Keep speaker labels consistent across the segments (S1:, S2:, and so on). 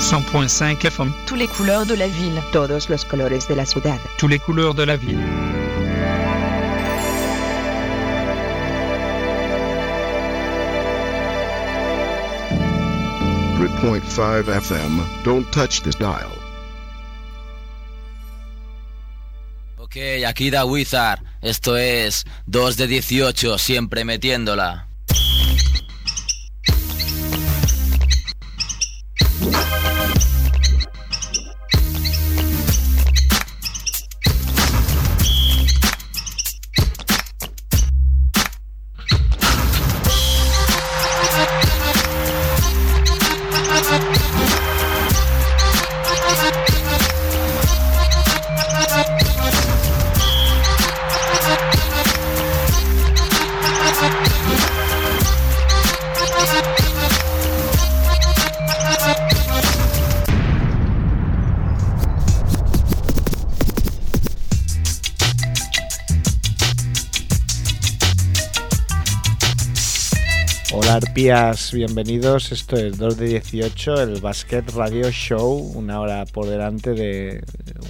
S1: 100.5 FM.
S2: Tous les couleurs de la ville.
S3: Todos los colores de la ciudad.
S1: Tous les couleurs de la ville.
S4: Point five FM. Don't touch this dial.
S5: Ok, aquí da Wizard. Esto es 2 de 18, siempre metiéndola.
S6: bienvenidos. Esto es 2 de 18, el Basket Radio Show, una hora por delante de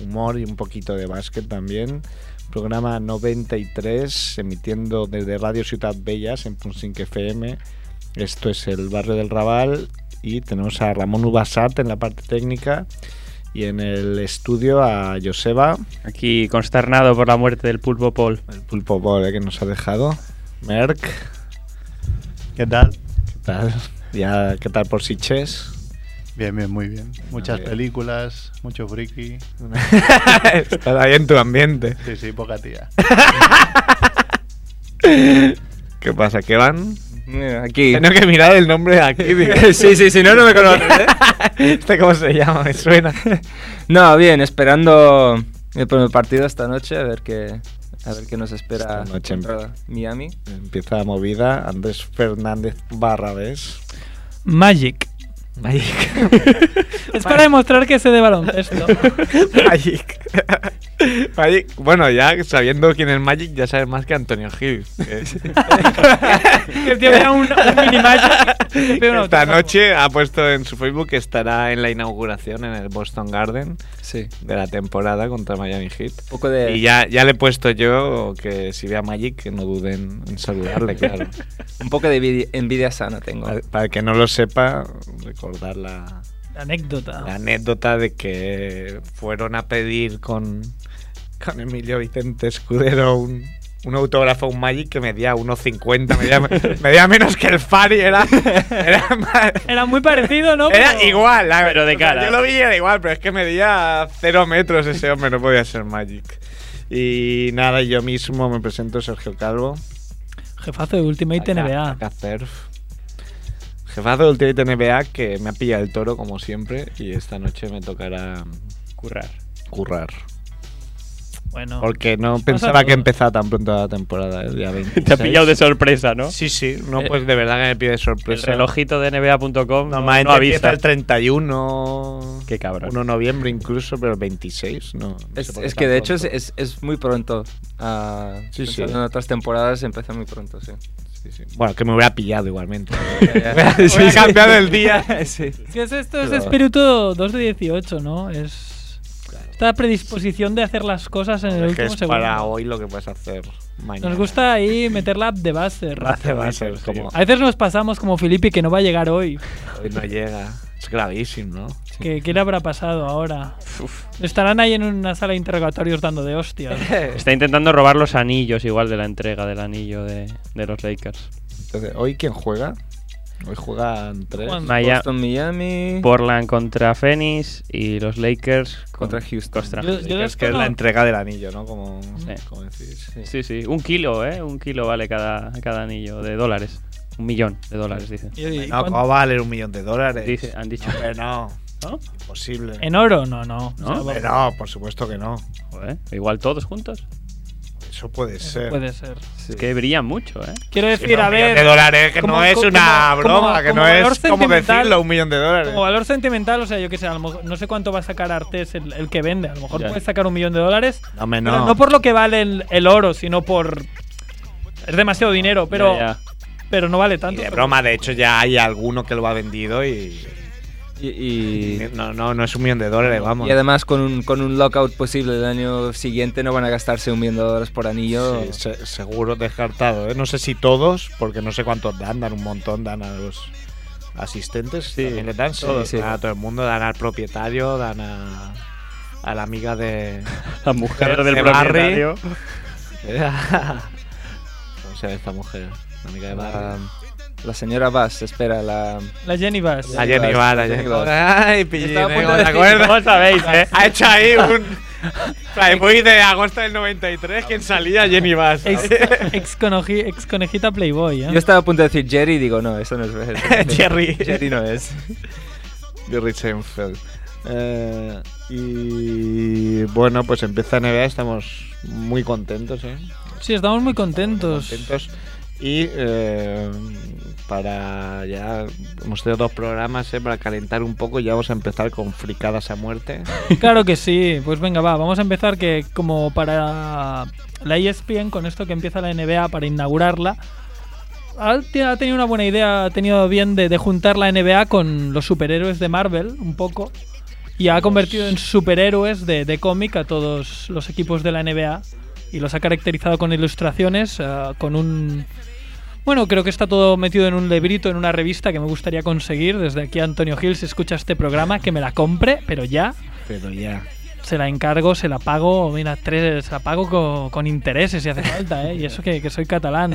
S6: humor y un poquito de básquet también. Programa 93, emitiendo desde Radio Ciudad Bellas en Punsinque FM. Esto es el barrio del Raval y tenemos a Ramón Ubasat en la parte técnica y en el estudio a Joseba.
S7: Aquí consternado por la muerte del Pulpo Paul.
S6: El Pulpo Paul ¿eh? que nos ha dejado. Merck.
S8: ¿Qué tal?
S6: tal? Ya, ¿Qué tal por Siches?
S8: Bien, bien, muy bien. Muchas bien. películas, mucho friki.
S6: Estás ahí en tu ambiente.
S8: Sí, sí, poca tía.
S6: ¿Qué pasa? ¿Qué van? Aquí. Tengo que mirar el nombre aquí.
S7: sí, sí, si no, no me conoces.
S6: ¿eh? ¿Este cómo se llama? Me suena.
S7: No, bien, esperando el primer partido esta noche, a ver qué, a ver qué nos espera
S6: Esta noche
S7: contra Miami.
S6: Empieza la movida. Andrés Fernández Barrabés.
S9: Magic.
S6: Magic.
S9: es para demostrar que sé de baloncesto.
S6: Magic. Magic. Bueno, ya sabiendo quién es Magic, ya sabes más que Antonio Gil.
S9: que tiene un, un mini Magic. que pega un
S6: Esta
S9: autógrafo.
S6: noche ha puesto en su Facebook que estará en la inauguración en el Boston Garden
S7: Sí.
S6: de la temporada contra Miami Heat.
S7: Un poco de.
S6: Y ya, ya le he puesto yo que si ve a Magic, que no duden en saludarle, claro.
S7: Un poco de envidia, envidia sana tengo.
S6: Para- Para el que no lo sepa, recordar la,
S9: Anécdota.
S7: Ah.
S6: la anécdota de que fueron a pedir con, con Emilio Vicente Escudero un, un autógrafo, un Magic que medía 1,50, medía, medía menos que el Fari, era, era, ma-
S9: Era muy parecido, ¿no?
S6: era
S9: Pero-
S6: igual. la-
S7: Pero de
S6: o sea,
S7: cara.
S6: yo lo vi y era igual, pero es que medía 0 metros ese hombre, no podía ser Magic. Y nada, yo mismo me presento Sergio Calvo.
S9: Jefazo de Ultimate
S6: Acá-
S9: NBA.
S6: acá surf. Jefazo de Ultimate NBA que me ha pillado el toro como siempre y esta noche me tocará
S7: Currar.
S6: currar.
S9: Bueno.
S6: Porque no
S9: a
S6: pensaba
S9: todos.
S6: que empezaba tan pronto la temporada, el día 26.
S10: Te ha pillado de sorpresa, ¿no?
S6: Sí, pues, sí, no, pues de verdad que me pide de
S10: El
S6: sorpresa.
S10: relojito de NBA.com no,
S6: Normalmente
S10: no
S6: empieza
S10: avisa.
S6: el 31,
S10: Qué cabrón.
S6: 1 de noviembre incluso, pero el 26 no. no sé
S7: Es,
S6: por qué
S7: es que
S6: tan
S7: de hecho es,
S6: pronto.
S7: es- es muy pronto. ah,
S6: Sí, sí.
S7: pensando En otras temporadas empieza muy pronto, sí.
S6: Sí, sí. Bueno, que me hubiera pillado igualmente.
S7: Ya, ya.
S6: Se ha cambiado el día.
S7: sí.
S9: Es que es- esto es
S7: Pero-
S9: espíritu 2 de 18, ¿no? Es. Esta predisposición de hacer las cosas en el
S6: Es que es
S9: último segundo.
S6: para hoy lo que puedes hacer mañana.
S9: Nos gusta ahí meterla de base.
S6: Hace va a ser como.
S9: A veces nos pasamos como Filippi que no va a llegar hoy.
S6: Hoy no llega. Es gravísimo, ¿no?
S9: ¿Qué, qué le habrá pasado ahora? Estarán ahí en una sala de interrogatorios dando de hostias.
S10: Está intentando robar los anillos igual de la entrega del anillo de, de los Lakers.
S6: Entonces, ¿hoy quién juega? Hoy juegan tres.
S9: Juan.
S10: Maya-
S7: Boston, Miami.
S10: Portland contra Phoenix y los Lakers
S7: Contra
S10: con-
S7: Houston.
S10: contra-
S9: Yo- yo de
S6: es que es
S9: esto
S6: la
S9: no-
S6: entrega del anillo, ¿no? Como,
S10: Sí.
S6: como decís.
S10: Sí, sí. Un kilo, ¿eh? Un kilo vale cada, cada anillo de dólares. Un millón de dólares, dicen.
S9: Y- y
S6: No,
S9: cuan-
S6: ¿cómo va a valer un millón de dólares?
S10: Dice- han dicho.
S6: Hombre, no.
S10: ¿No?
S6: Imposible.
S9: ¿En oro? No, no.
S10: ¿No?
S9: va-
S6: Hombre, no, por supuesto que no.
S10: Joder, Igual todos juntos.
S6: Eso puede
S9: eso
S6: ser.
S9: Puede ser.
S10: Es que brillan mucho, ¿eh?
S9: Quiero
S6: Sí,
S9: decir,
S6: no,
S9: a
S6: un millón
S9: ver.
S6: de dólares, que
S9: como-
S6: no es
S9: como-
S6: una
S9: como-
S6: broma,
S9: como-
S6: que no
S9: como valor
S6: es como
S9: sentimental-
S6: decirlo, un millón de dólares.
S9: Como valor sentimental, o sea, yo qué sé, a lo mejor- no sé cuánto va a sacar Artes el, el que vende. A lo mejor
S10: Ya.
S9: puede sacar un millón de dólares.
S6: No, hombre,
S9: pero
S6: no.
S9: no por lo que vale el, el oro, sino por. Es demasiado dinero, pero,
S10: Ya, ya.
S9: pero no vale tanto.
S6: Y de broma, de hecho ya hay alguno que lo ha vendido y
S7: Y, y-
S6: No, no, no es un millón de dólares, vamos.
S7: y además con un, con un lockout posible el año siguiente no van a gastarse un millón de dólares por anillo.
S6: Sí, se- seguro descartado. ¿eh? No sé si todos, porque no sé cuántos dan, dan un montón, dan a los asistentes,
S10: Sí,
S6: también les dan, sí,
S10: todos,
S7: sí.
S6: dan a todo el mundo, dan al propietario, dan a, a la amiga de...
S10: La mujer
S6: De-
S10: del
S6: de Barry.
S10: propietario.
S6: ¿Cómo se llama esta mujer? La amiga de
S7: La,
S6: Barry.
S7: la señora Bass, espera, la...
S9: La Jenny Bass.
S6: A Jenny
S7: Jenny
S6: Bar, a
S7: Bar,
S6: Jenny
S7: Jenny
S6: Bar.
S7: Bar.
S6: Ay,
S7: Estaba a punto
S6: pillineo,
S7: de
S6: ¿te
S7: decir-
S6: acuerdas?
S10: ¿Cómo sabéis, eh?
S6: Ha hecho ahí un Playboy de agosto del 93 quien salía Jenny Bass.
S9: Ex, ex conoji- ex conejita Playboy, ¿eh?
S7: Yo estaba a punto de decir Jerry y digo, no, eso no es
S6: Jerry.
S7: Jerry no es.
S6: Jerry Seinfeld. Eh, y bueno, pues empieza NBA, estamos muy contentos, ¿eh?
S9: Sí, estamos muy contentos.
S6: Contentos. Y eh, para ya, hemos tenido dos programas ¿eh? para calentar un poco y ya vamos a empezar con fricadas a muerte.
S9: Claro que sí. Pues venga, va, vamos a empezar que como para la ESPN, con esto que empieza la NBA para inaugurarla, ha te- ha tenido una buena idea, ha tenido bien de, de juntar la NBA con los superhéroes de Marvel, un poco, y ha convertido
S6: Pues,
S9: en superhéroes de, de cómic a todos los equipos de la NBA y los ha caracterizado con ilustraciones, eh, con un... Bueno, creo que está todo metido en un librito, en una revista que me gustaría conseguir. Desde aquí, Antonio Gil, si escucha este programa, que me la compre, pero ya
S6: Pero ya.
S9: se la encargo, se la pago, mira, tres, se la pago co- con, intereses si hace falta, ¿eh? Y eso que, que soy catalán.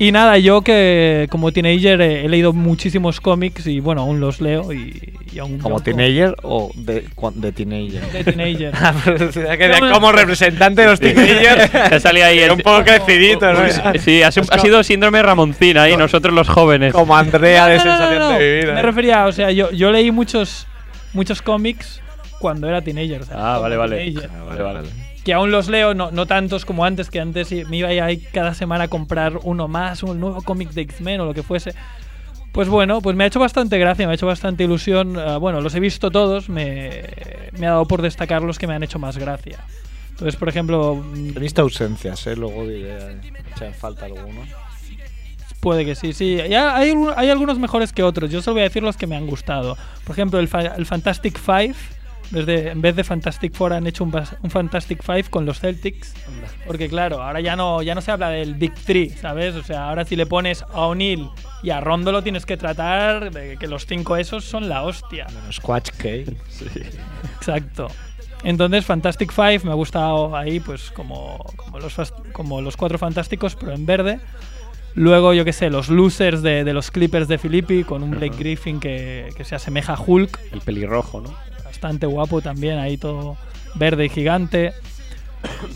S9: y nada, yo que como teenager eh, he leído muchísimos cómics y bueno, aún los leo y, y aún...
S6: ¿Como
S9: yo-
S6: teenager o de, cuan- de teenager?
S9: De teenager.
S6: Como representante de los teenagers.
S10: Te salía ahí el-
S6: un poco crecidito, ¿no?
S10: Sí, ha, sido- ha sido síndrome Ramoncín ahí, nosotros los jóvenes.
S6: Como Andrea de
S9: No, no, no,
S6: sensación
S9: no, no.
S6: de vida.
S9: Me refería, Ah, o sea, yo, yo leí muchos, muchos cómics cuando era teenager. o sea,
S10: Ah,
S9: como
S10: vale, vale.
S9: teenager.
S10: Ah, vale, vale.
S9: que aún los leo, no, no tantos como antes, que antes sí, me iba ahí cada semana a comprar uno más, un nuevo cómic de X-Men o lo que fuese. Pues bueno, pues me ha hecho bastante gracia, me ha hecho bastante ilusión. Ah, bueno, los he visto todos, me, me ha dado por destacar los que me han hecho más gracia. Entonces, por ejemplo, mm,
S6: He visto ausencias, ¿eh? luego diré. Echan falta alguno.
S9: Puede que sí, sí. Y ha- hay, algu- hay algunos mejores que otros. Yo solo voy a decir los que me han gustado. Por ejemplo, el, fa- el Fantastic Five. Desde, en vez de Fantastic Four han hecho un, bas- un Fantastic Five con los Celtics. Porque claro, ahora ya no, ya no se habla del Big Three, ¿sabes? O sea, ahora si le pones a O'Neill y a Rondo lo tienes que tratar de que los cinco esos son la hostia.
S6: Squatch K.
S9: Exacto. Entonces, Fantastic Five me ha gustado ahí, pues como, como, los, fas- como los cuatro fantásticos, pero en verde. Luego, yo qué sé, los losers de, de los Clippers de Filippi, con un Blake Griffin que, que se asemeja a Hulk,
S10: El pelirrojo, ¿no?
S9: bastante guapo también, ahí todo verde y gigante.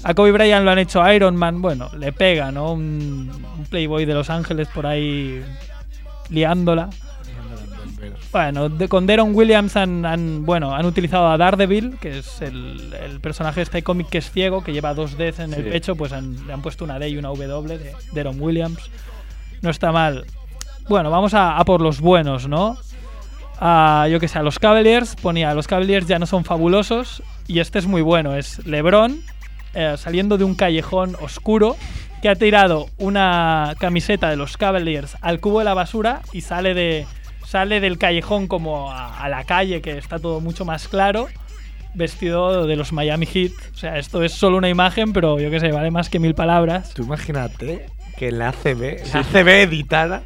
S9: A Kobe Bryant lo han hecho Iron Man, bueno, le pega, ¿no? Un, un Playboy de Los Ángeles por ahí liándola. Bueno, de- con Deron Williams han, han- bueno, han utilizado a Daredevil, que es el, el personaje de este cómic que es ciego, que lleva dos Ds en el
S10: Sí.
S9: pecho, pues han, le han puesto una D y una W de Deron Williams. No está mal. Bueno, vamos a, a por los buenos, ¿no? A, yo que sé, a los Cavaliers, ponía, los Cavaliers ya no son fabulosos, y este es muy bueno, es Lebron, eh, saliendo de un callejón oscuro que ha tirado una camiseta de los Cavaliers al cubo de la basura y sale de sale del callejón como a, a la calle que está todo mucho más claro vestido de los Miami Heat o sea esto es solo una imagen pero yo qué sé vale más que mil palabras
S6: Tú imagínate que la ACB, la ACB editara,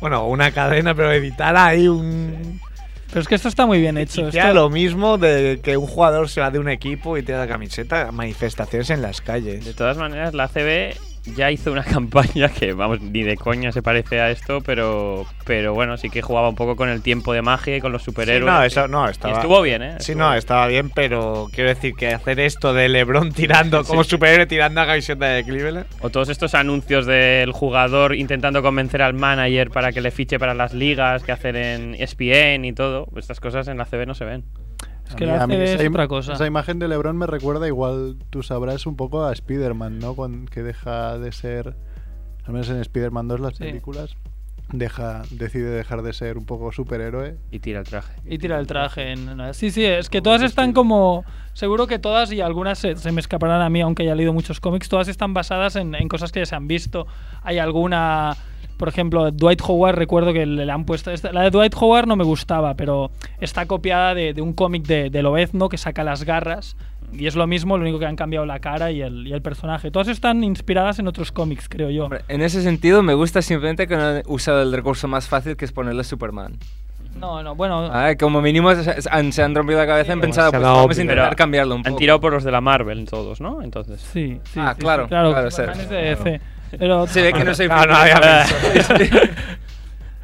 S6: bueno, una cadena, pero editara ahí un.
S9: pero es que esto está muy bien hecho
S6: Ya
S9: esto-
S6: lo mismo de que un jugador se va de un equipo y te da la camiseta, manifestaciones en las
S10: De
S6: calles.
S10: todas maneras, la CB ya hizo una campaña que, vamos, ni de coña se parece a esto, pero, pero bueno, sí que jugaba un poco con el tiempo de magia y con los superhéroes.
S6: Sí, no, eso no,
S10: Y
S6: estaba-
S10: estuvo bien, ¿eh?
S6: Sí,
S10: Estuvo
S6: no,
S10: bien.
S6: estaba bien, pero quiero decir que hacer esto de LeBron tirando como superhéroe tirando a camiseta de Cleveland.
S10: O todos estos anuncios del jugador intentando convencer al manager para que le fiche para las ligas que hacen en E ESPN y todo. Estas cosas en la CB no se ven.
S9: es
S8: A
S9: que
S8: mí-
S9: la
S8: a mí
S9: CB
S8: esa
S9: es
S8: im-
S9: otra cosa
S8: Esa imagen de LeBron me recuerda, igual tú sabrás, un poco a Spider-Man, ¿no? Con- que deja de ser, al menos en Spider-Man 2, las
S9: Sí.
S8: películas, deja decide dejar de ser un poco superhéroe.
S10: Y tira el traje.
S9: Y tira el traje. en- en- Sí, sí, es que todas están como. Seguro que todas y algunas se, se me escaparán a mí, aunque haya leído muchos cómics. Todas están basadas en, en cosas que ya se han visto. Hay alguna por ejemplo, Dwight Howard, recuerdo que le han puesto. esta- La de Dwight Howard no me gustaba, pero está copiada de, de un cómic de, de Lobezno que saca las garras. Y es lo mismo, lo único que han cambiado la cara y el, y el personaje. Todas están inspiradas en otros cómics, creo yo.
S7: Hombre, En ese sentido, me gusta simplemente que no han usado el recurso más fácil que es ponerle Superman.
S9: No, no, bueno.
S7: Ah, como mínimo se se han, se han rompido la cabeza y han
S6: Como
S7: pensado,
S6: se ha
S7: pues
S6: dado
S7: vamos a
S6: primero.
S7: intentar cambiarlo un
S10: Han
S7: poco.
S10: tirado por los de la Marvel todos, ¿no? Entonces.
S9: Sí, sí.
S7: Ah,
S9: sí,
S7: claro,
S9: sí,
S7: claro,
S9: Superman
S7: sí.
S9: es de DC. Pero,
S7: Se ve que
S10: Ah,
S7: no soy
S6: No, no había
S7: pensado.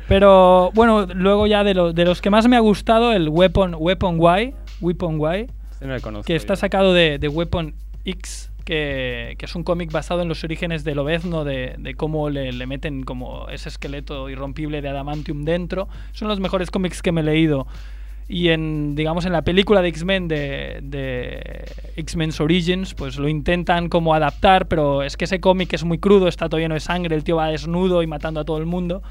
S9: pero, bueno, luego ya de, lo- de los que más me ha gustado, el Weapon, Weapon Y, Weapon Y,
S10: Este no le conozco
S9: que está
S10: yo.
S9: sacado de, de Weapon X, que, que es un cómic basado en los orígenes de Lobezno, de, de cómo le, le meten como ese esqueleto irrompible de adamantium dentro. Son los mejores cómics que me he leído. Y en, digamos, en la película de X-Men de, de X-Men's Origins, pues lo intentan como adaptar, pero es que ese cómic es muy crudo, está todo lleno de sangre, el tío va desnudo y matando a todo el mundo.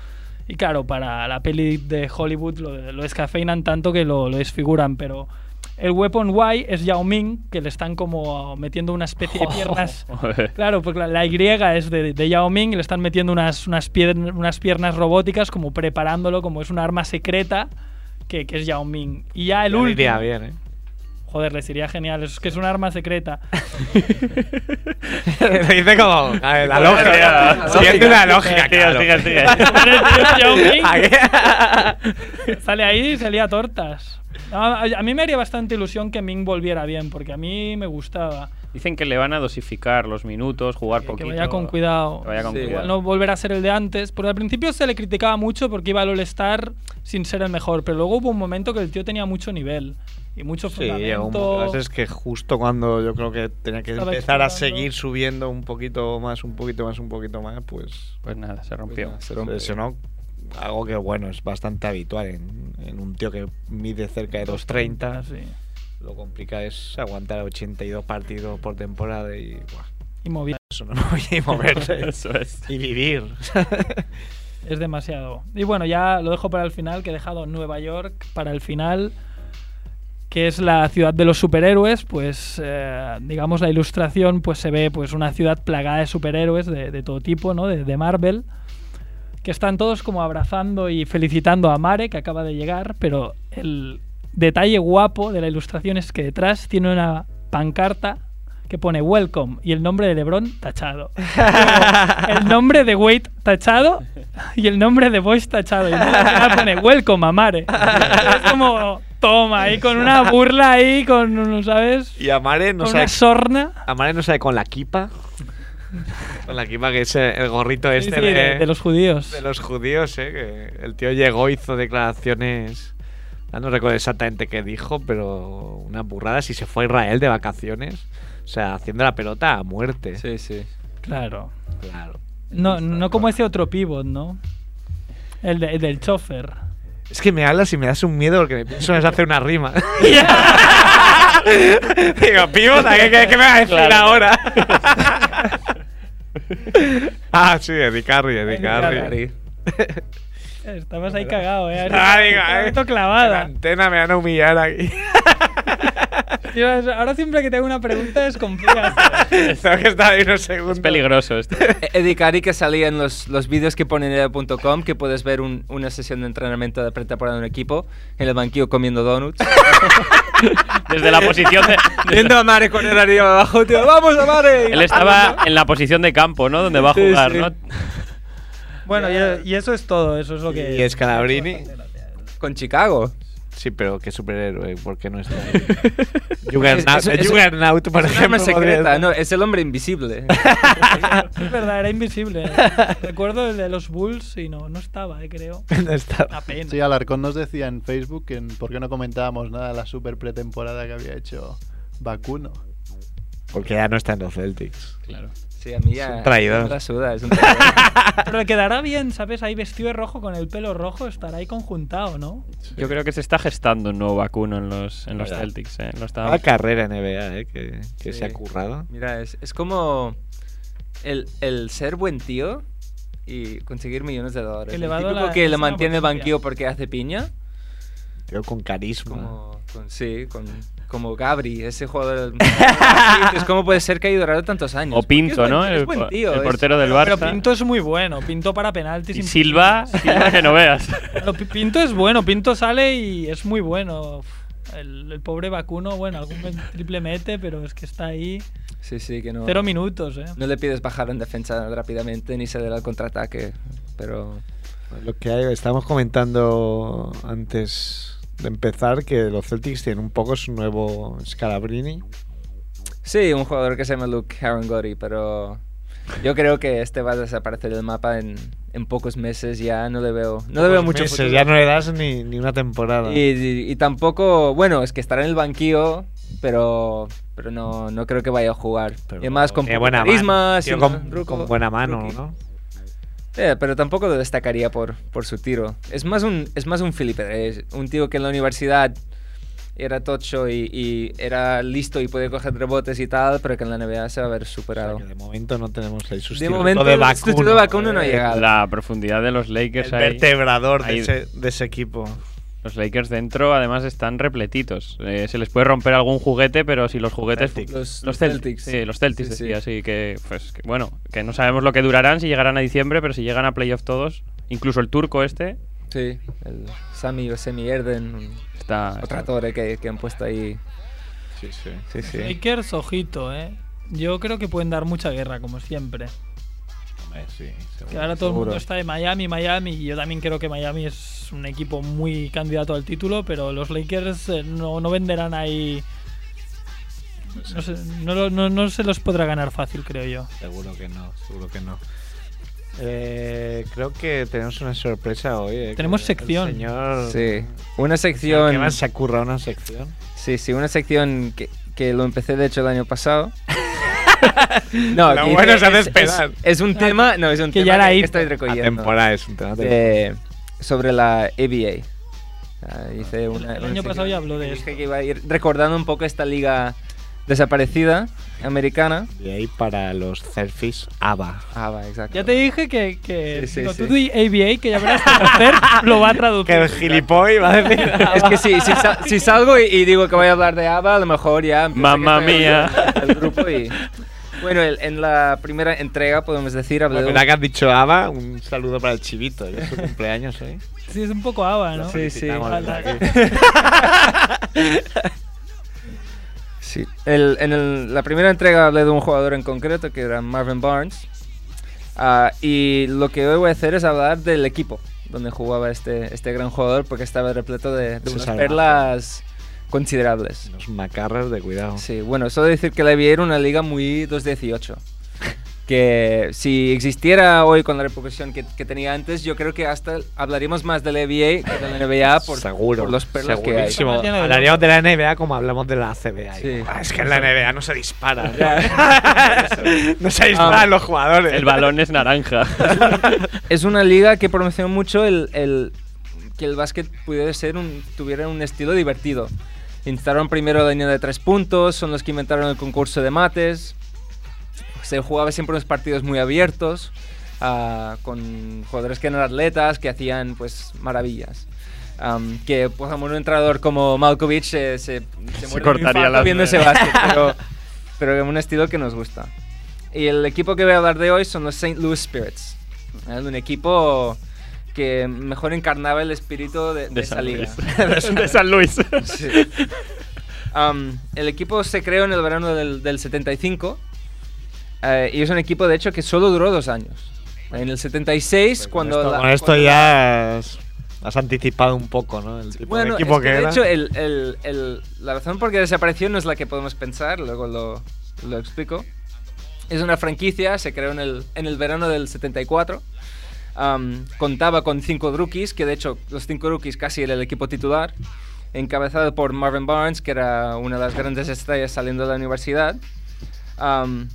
S9: Y claro, para la peli de Hollywood lo, lo descafeinan tanto que lo, lo desfiguran, pero el Weapon Y es Yao Ming, que le están como metiendo una especie de piernas.
S10: Joder.
S9: Claro, porque la, la Y es de, de Yao Ming y le están metiendo unas, unas, pier- unas piernas robóticas, como preparándolo, como es un arma secreta que, que es Yao Ming. Y ya el
S6: Ya le
S9: último.
S6: iría bien, ¿eh?
S9: Joder, le sería genial. Es que es un arma secreta.
S6: Lo dice como. a ver, la
S10: Lógica.
S6: lógica. Siguiente una lógica,
S10: Sigue,
S6: claro.
S10: sigue, sigue.
S9: Pero el tío es Yao Ming.
S6: ¿A qué?
S9: Sale ahí y salía tortas. No, A, a mí me haría bastante ilusión que Ming volviera bien, porque a mí me gustaba.
S10: Dicen que le van a dosificar los minutos, jugar
S9: Que
S10: poquito.
S9: vaya con cuidado.
S10: Que vaya con
S7: Sí.
S10: cuidado.
S9: Igual no volver a ser el de antes. Porque al principio se le criticaba mucho porque iba al All-Star sin ser el mejor. Pero luego hubo un momento que el tío tenía mucho nivel y mucho
S6: Sí, llegó un
S9: fundamento.
S6: momento. Es que justo cuando yo creo que tenía que
S9: Estaba
S6: empezar a
S9: explorando.
S6: seguir subiendo un poquito más, un poquito más, un poquito más, pues.
S10: Pues nada, se rompió.
S7: nada, se rompió.
S6: Lesionó algo que, bueno, es bastante habitual en, en un tío que mide cerca de 2.30.
S9: Sí.
S6: Lo complicado es aguantar 82 partidos por temporada y. buah,
S9: Y movida.
S6: eso no voy a moverse.
S10: Eso es.
S6: y vivir.
S9: Es demasiado. Y bueno, ya lo dejo para el final, que he dejado Nueva York para el final, que es la ciudad de los superhéroes. Pues, eh, digamos, la ilustración, pues se ve pues una ciudad plagada de superhéroes de, de todo tipo, ¿no? De, de Marvel, que están todos como abrazando y felicitando a Mare, que acaba de llegar, pero el detalle guapo de la ilustración es que detrás tiene una pancarta que pone Welcome y el nombre de Lebron tachado el nombre de Wade tachado y el nombre de Boyce tachado. Y encima pone Welcome Amare. Es como, toma, ahí con una burla ahí, con, ¿sabes?
S6: y Amare no
S9: con
S6: sabe.
S9: una sorna.
S6: Amare no sabe con la kipa. Con la kipa que es eh, el gorrito
S9: Sí,
S6: este
S9: sí, de, de los judíos.
S6: De los judíos, ¿eh? Que el tío llegó, hizo declaraciones. ah, no recuerdo exactamente qué dijo, pero una burrada. Si se fue a Israel de vacaciones, o sea, haciendo la pelota a muerte.
S7: Sí, sí.
S9: Claro.
S6: Claro.
S9: No, no como ese otro pivot, ¿no? El, de- el del chofer.
S6: Es que me hablas y me das un miedo porque me pienso es hacer una rima. Digo, pivota, ¿qué, qué, qué me vas a decir
S10: Claro.
S6: ahora? ah, sí, Eddie Carry, Eddie
S9: Eddie
S6: Carry.
S9: Carri. Estabas ahí cagado, ¿eh?
S6: Ah, digo, eh,
S9: Tanto
S6: La
S9: clavada.
S6: antena me van a humillar aquí.
S9: Tío, Ahora siempre que te hago una pregunta desconfías.
S6: Tengo que estar ahí unos segundos.
S10: Es peligroso esto.
S7: E- Eddie Cari que salía en los, los vídeos que ponen en el.com, que puedes ver un- una sesión de entrenamiento de pretemporada de un equipo en el banquillo comiendo donuts.
S10: Desde la posición de.
S7: Viendo a Mare con el arriba abajo, tío. ¡Vamos, a Mare!
S10: Él estaba en la posición de campo, ¿no? Donde va a
S7: Sí,
S10: jugar,
S7: sí.
S10: ¿no?
S9: Bueno, y, y eso es todo. Eso es lo que.
S6: ¿Y Scalabrini?
S7: Con Chicago.
S6: Sí, pero qué superhéroe, ¿por qué no está?
S7: Juggernaut-
S6: Juggernaut,
S7: eh,
S6: Juggernaut por
S7: Es un
S6: ejemplo.
S7: arma secreta, Ah, no, es el hombre invisible.
S9: Es verdad, era invisible. Recuerdo el de los Bulls y no, no estaba, eh, creo. Una pena.
S8: Sí, Alarcón nos decía en Facebook que en- por qué no comentábamos nada de la super pretemporada que había hecho Vacuno.
S6: Porque ya no está en los Celtics.
S7: Sí, a mí ya.
S6: Es un traidor.
S7: me la suda, es un traidor.
S9: Pero le quedará bien, ¿sabes? Ahí vestido de rojo con el pelo rojo, estará ahí conjuntado, ¿no?
S10: Yo creo que se está gestando un nuevo vacuno en los, en los
S6: Verdad.
S10: Celtics, ¿eh? Lo
S6: Una
S10: estábamos-
S6: carrera NBA, ¿eh? Que, que
S7: Sí.
S6: se ha currado.
S7: Mira, es, es como el, el ser buen tío y conseguir millones de dólares.
S9: Que
S7: El
S9: le va a
S7: típico
S9: dar la-
S7: que
S9: es
S7: le
S9: una
S7: mantiene el
S9: bolsilla.
S1: Ah.
S7: banquillo porque hace piña.
S6: tío con carisma.
S7: Como, con- sí, con, como Gabri, ese jugador. Dices, ¿Cómo puede ser que haya durado tantos años?
S10: O
S7: Porque es
S10: Pinto,
S7: buen-
S10: ¿no?
S7: es
S10: El,
S7: buen
S10: po-
S7: tío,
S10: el
S7: es-
S10: portero del
S9: Pero
S10: Barça.
S9: Pinto es muy bueno. Pinto para penaltis.
S10: y
S9: imposibles.
S10: Silva, Silva que no veas.
S9: No, Pi- Pinto es bueno. Pinto sale y es muy bueno. Uf, El, el pobre vacuno, bueno, algún men- triple mete, pero es que está ahí.
S7: Sí, sí, que no.
S9: Cero minutos, ¿eh?
S7: No le pides bajar en defensa rápidamente ni ceder al contraataque. Pero.
S6: Lo que hay- estábamos comentando antes de empezar que los Celtics tienen un poco su nuevo Scalabrini.
S7: Sí, un jugador que se llama Luke Harangori, pero. Yo creo que este va a desaparecer del mapa en, en pocos meses. Ya no le veo. No le veo
S6: Pocos
S7: mucho
S6: meses,
S7: futuro.
S6: ya no le das ni, ni una temporada.
S7: Y, y- y tampoco, bueno, es que estará en el banquillo, pero, pero no, no creo que vaya a jugar.
S6: Pero-
S7: y además con
S6: Eh, buena
S7: poco carisma,
S6: mano,
S7: sin
S6: tío, con,
S7: truco,
S6: con buena mano,
S7: rookie.
S6: ¿no?
S7: Eh, pero tampoco lo destacaría por, por su tiro. Es más un, es más un Felipe Reyes, un tío que en la universidad era tocho y, y era listo y podía coger rebotes y tal, pero que en la NBA se va a ver
S6: O
S7: superado.
S6: sea, que de momento no tenemos ahí sustituto
S7: momento
S6: de
S7: el sustituto de
S6: vacuno.
S7: Bakuno no ha llegado.
S10: La profundidad de los
S6: El
S10: Lakers ahí.
S6: vertebrador de
S10: ahí-
S6: ese, de ese equipo.
S10: Los Lakers dentro además están repletitos. Eh, se les puede romper algún juguete, pero si los juguetes...
S6: Celtics.
S7: Los- los
S10: Cel-
S7: Celtics.
S10: Sí, los Celtics,
S7: Sí, sí.
S10: decía, así que, pues, que, bueno, que no sabemos lo que durarán, si llegarán a diciembre, pero si llegan a playoff todos, incluso el turco este,
S7: Sí, el Sami o Semi Erden, un-
S10: está...
S7: otra torre que, que han puesto ahí.
S6: Sí, sí.
S7: Sí, sí.
S9: Lakers, ojito, ¿eh? Yo creo que pueden dar mucha guerra, como siempre.
S6: Eh,
S9: Que ahora todo el mundo está de Miami, Miami, y yo también creo que Miami es un equipo muy candidato al título, pero los Lakers eh, no, no venderán ahí. No, sé, no, lo- no- no se los podrá ganar fácil, creo yo.
S6: Seguro que no, seguro que no. Eh, creo que tenemos una sorpresa hoy. eh,
S9: Tenemos
S6: que
S9: sección.
S6: El señor...
S7: Sí, una
S6: ¿Qué
S7: sección...
S6: más se ha currado una sección?
S7: Sí, sí, una sección que, que lo empecé de hecho el año pasado. no,
S6: Lo
S7: que
S6: bueno es hacer
S7: es,
S6: esperar.
S7: es- es un
S10: Ah,
S7: tema, no, es un
S9: Que
S7: tema
S9: ya era
S7: que
S9: ir-
S7: estoy recogiendo
S6: Temporada es un tema de...
S7: de- sobre la ABA. Ah, hice una-
S9: El
S7: una
S9: año pasado
S7: sección
S9: ya habló de
S7: que
S9: esto.
S7: Dije que iba a ir recordando un poco esta liga desaparecida americana.
S6: Y ahí para los selfies, ABBA.
S7: Ah, va, exacto.
S9: Ya te dije que, que
S7: Sí, sí,
S9: digo,
S7: sí.
S9: tú di ABA, que ya verás que hacer lo va a traducir.
S6: Que el gilipoll va a decir...
S7: es que si, si, sa- si salgo y, y digo que voy a hablar de ABBA, a lo mejor ya. empieza
S10: Mamma
S7: que estoy
S10: mía.
S7: El, el grupo y. Bueno, el- en la primera entrega, podemos decir, hablé de
S6: Bueno,
S7: un-
S6: ya que has dicho ABBA, un saludo para el chivito. Es su cumpleaños hoy.
S9: Sí, es un poco ABA, ¿no?
S7: Sí, sí.
S6: Felicitamos
S9: Ala.
S6: desde aquí.
S7: Sí. El- en el- la primera entrega hablé de un jugador en concreto que era Marvin Barnes. Ah, y lo que hoy voy a hacer es hablar del equipo donde jugaba este, este gran jugador porque estaba repleto de, de
S6: Se
S7: unas
S6: salva.
S7: perlas considerables.
S6: Los macarras de cuidado.
S7: Sí, bueno, solo decir que la NBA era una liga muy 218. Que si existiera hoy con la repercusión que, que tenía antes, yo creo que hasta hablaríamos más de la NBA que de la NBA por,
S6: Seguro.
S7: por los perlas que hay.
S6: segurísimo.
S9: Perlas tiene de
S6: Hablaríamos de la NBA como hablamos de la CBA.
S7: Sí.
S6: Ah, es que en la NBA no se dispara.
S7: Ya.
S6: no se disparan
S7: Ah.
S6: los jugadores.
S10: El balón es naranja.
S7: es una liga que promocionó mucho el, el- que el básquet pudiera ser un, tuviera un estilo divertido. Instalaron primero la línea de tres puntos, son los que inventaron el concurso de mates. Se jugaba siempre unos partidos muy abiertos, ah, con jugadores que eran atletas, que hacían pues maravillas. Am, que pues, a un entrenador como Malkovich se, se, se muere de un
S10: cortaría
S7: infarto
S10: las
S7: viendo ese
S10: venas.
S7: básquet, pero, pero en un estilo que nos gusta. Y el equipo que voy a hablar de hoy son los St. Louis Spirits. ¿eh? Un equipo que mejor encarnaba el espíritu de, de esa liga.
S10: Luis. de San Luis.
S7: Sí. Am, el equipo se creó en el verano del, del 75 eh, y es un equipo de hecho que solo duró dos años. En el 76, cuando...
S6: con esto,
S7: la-
S6: con esto
S7: cuando-
S6: ya has, has anticipado un poco, ¿no? El tipo de
S7: Bueno,
S6: equipo
S7: es que,
S6: que
S7: de
S6: era.
S7: hecho el- el- el- la razón por qué desapareció no es la que podemos pensar, luego lo, lo explico. Es una franquicia, se creó en el, en el verano del 74. Am, contaba con cinco rookies, que de hecho los cinco rookies casi era el equipo titular, encabezado por Marvin Barnes, que era una de las grandes estrellas saliendo de la universidad. Am,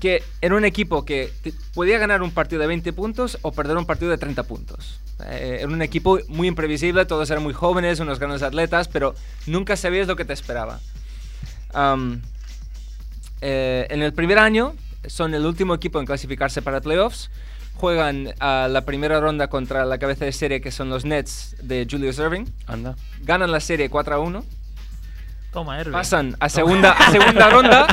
S7: que era un equipo que te- podía ganar un partido de 20 puntos o perder un partido de 30 puntos. Eh, era un equipo muy imprevisible, todos eran muy jóvenes, unos grandes atletas, pero nunca sabías lo que te esperaba. Am, eh, en el primer año son el último equipo en clasificarse para playoffs,
S6: Juegan a la primera ronda contra la cabeza de serie que son los Nets de Julius Irving.
S10: Anda.
S6: Ganan la serie 4 a 1.
S9: Toma, Irving.
S6: Pasan a segunda, a segunda ronda.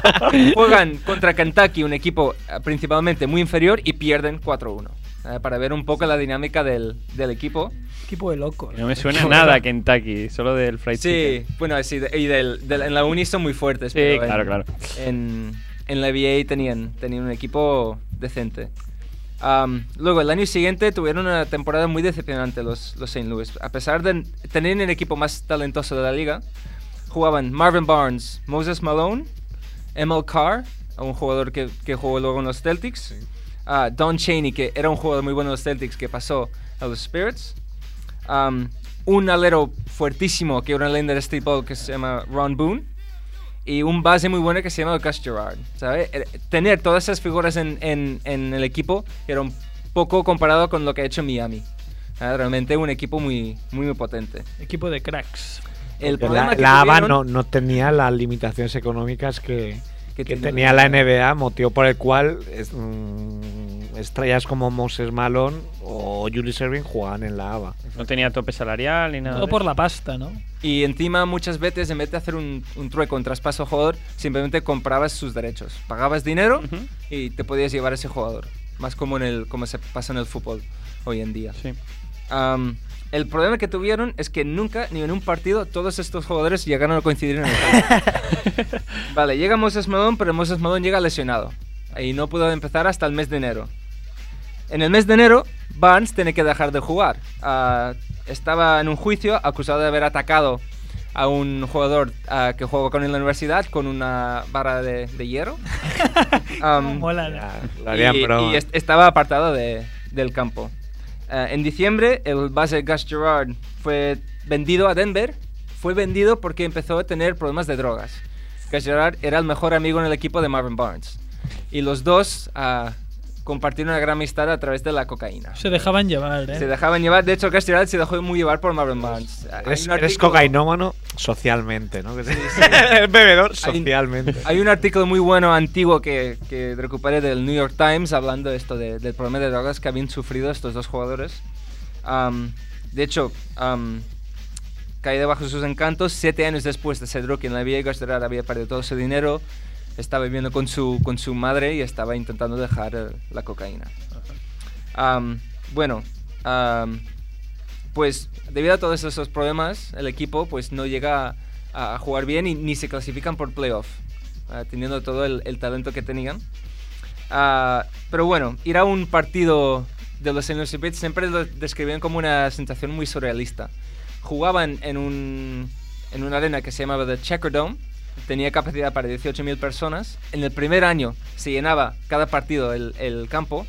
S6: Juegan contra Kentucky, un equipo eh, principalmente muy inferior, y pierden 4 a 1. Eh, para ver un poco la dinámica del, del equipo.
S9: Equipo de locos.
S10: No me suena nada Kentucky, solo del Fried
S6: Sí,
S10: Chicken.
S6: bueno, sí, de- y del, del- en la uni son muy fuertes.
S10: Sí,
S6: pero en-
S10: claro, claro.
S6: En, en la NBA tenían, tenían un equipo decente. Am, luego, el año siguiente tuvieron una temporada muy decepcionante los, los St. Louis. A pesar de tener el equipo más talentoso de la liga, jugaban Marvin Barnes, Moses Malone, Emil Carr, un jugador que, que jugó luego en los Celtics, ah, Don Cheney, que era un jugador muy bueno en los Celtics, que pasó a los Spirits, um, un alero fuertísimo que era una leyenda de streetball que se llama Ron Boone y un base muy bueno que se llama Gus Gerard. ¿sabe? Eh, Tener todas esas figuras en, en- en el equipo era un poco comparado con lo que ha hecho Miami. Ah, Realmente un equipo muy, muy, muy potente.
S9: Equipo de cracks.
S6: El
S11: Porque
S6: problema
S11: la,
S6: que
S11: la ABA
S6: tuvieron-
S11: no, no tenía las limitaciones económicas que,
S6: Que
S11: que
S6: tiene
S11: tenía
S6: la
S11: la NBA, motivo por el cual es- mm, estrellas como Moses Malone o Julius Irving jugaban en la ABA.
S10: No tenía tope salarial ni nada.
S9: Todo por la pasta, ¿no?
S6: Y encima muchas veces en vez de hacer un, un trueco, un traspaso jugador, simplemente comprabas sus derechos. Pagabas dinero
S10: Ujú.
S6: y te podías llevar ese jugador. Más como, en el, como se pasa en el fútbol hoy en día.
S10: Sí.
S6: Am, el problema que tuvieron es que nunca, ni en un partido, todos estos jugadores llegaron a coincidir en el campo. vale, llega Moses Malone, pero Moses Malone llega lesionado. Y no pudo empezar hasta el mes de enero. En el mes de enero, Barnes tiene que dejar de jugar. Ah, estaba en un juicio acusado de haber atacado a un jugador ah, que jugaba con él en la universidad con una barra de, de hierro. Am,
S9: Mola, ¿no?
S11: Era- lo harían
S6: y,
S11: broma.
S6: y est- estaba apartado de- del campo. Eh, en diciembre, el base Gus Gerard fue vendido a Denver. Fue vendido porque empezó a tener problemas de drogas. Gus Gerard era el mejor amigo en el equipo de Marvin Barnes. Y los dos ah, compartieron una gran amistad a través de la cocaína.
S9: Se dejaban llevar, ¿eh?
S6: Se dejaban llevar. De hecho, Gus Gerard se dejó muy llevar por Marvin Barnes. Hay
S11: Eres,
S6: un
S11: eres
S6: artículo-
S11: cocainómano socialmente, ¿no? Bebedor
S6: Hay-
S11: socialmente.
S6: Hay un artículo muy bueno antiguo que, que recuperé del New York Times hablando de esto de- del problema de drogas que habían sufrido estos dos jugadores. Am, de hecho, am, caí debajo de sus encantos siete años después de ser rookie en la NBA. Gerard había perdido todo su dinero, estaba viviendo con su, con su madre y estaba intentando dejar eh, la cocaína. Am, bueno, am, pues debido a todos esos problemas, el equipo pues no llega a, a jugar bien y ni se clasifican por playoff, ah, teniendo todo el, el talento que tenían. Ah, pero bueno, ir a un partido de los Senior Spirits siempre lo describían como una sensación muy surrealista. Jugaban en, un, en una arena que se llamaba The Checker Dome, tenía capacidad para 18.000 personas. En el primer año se llenaba cada partido el- el campo.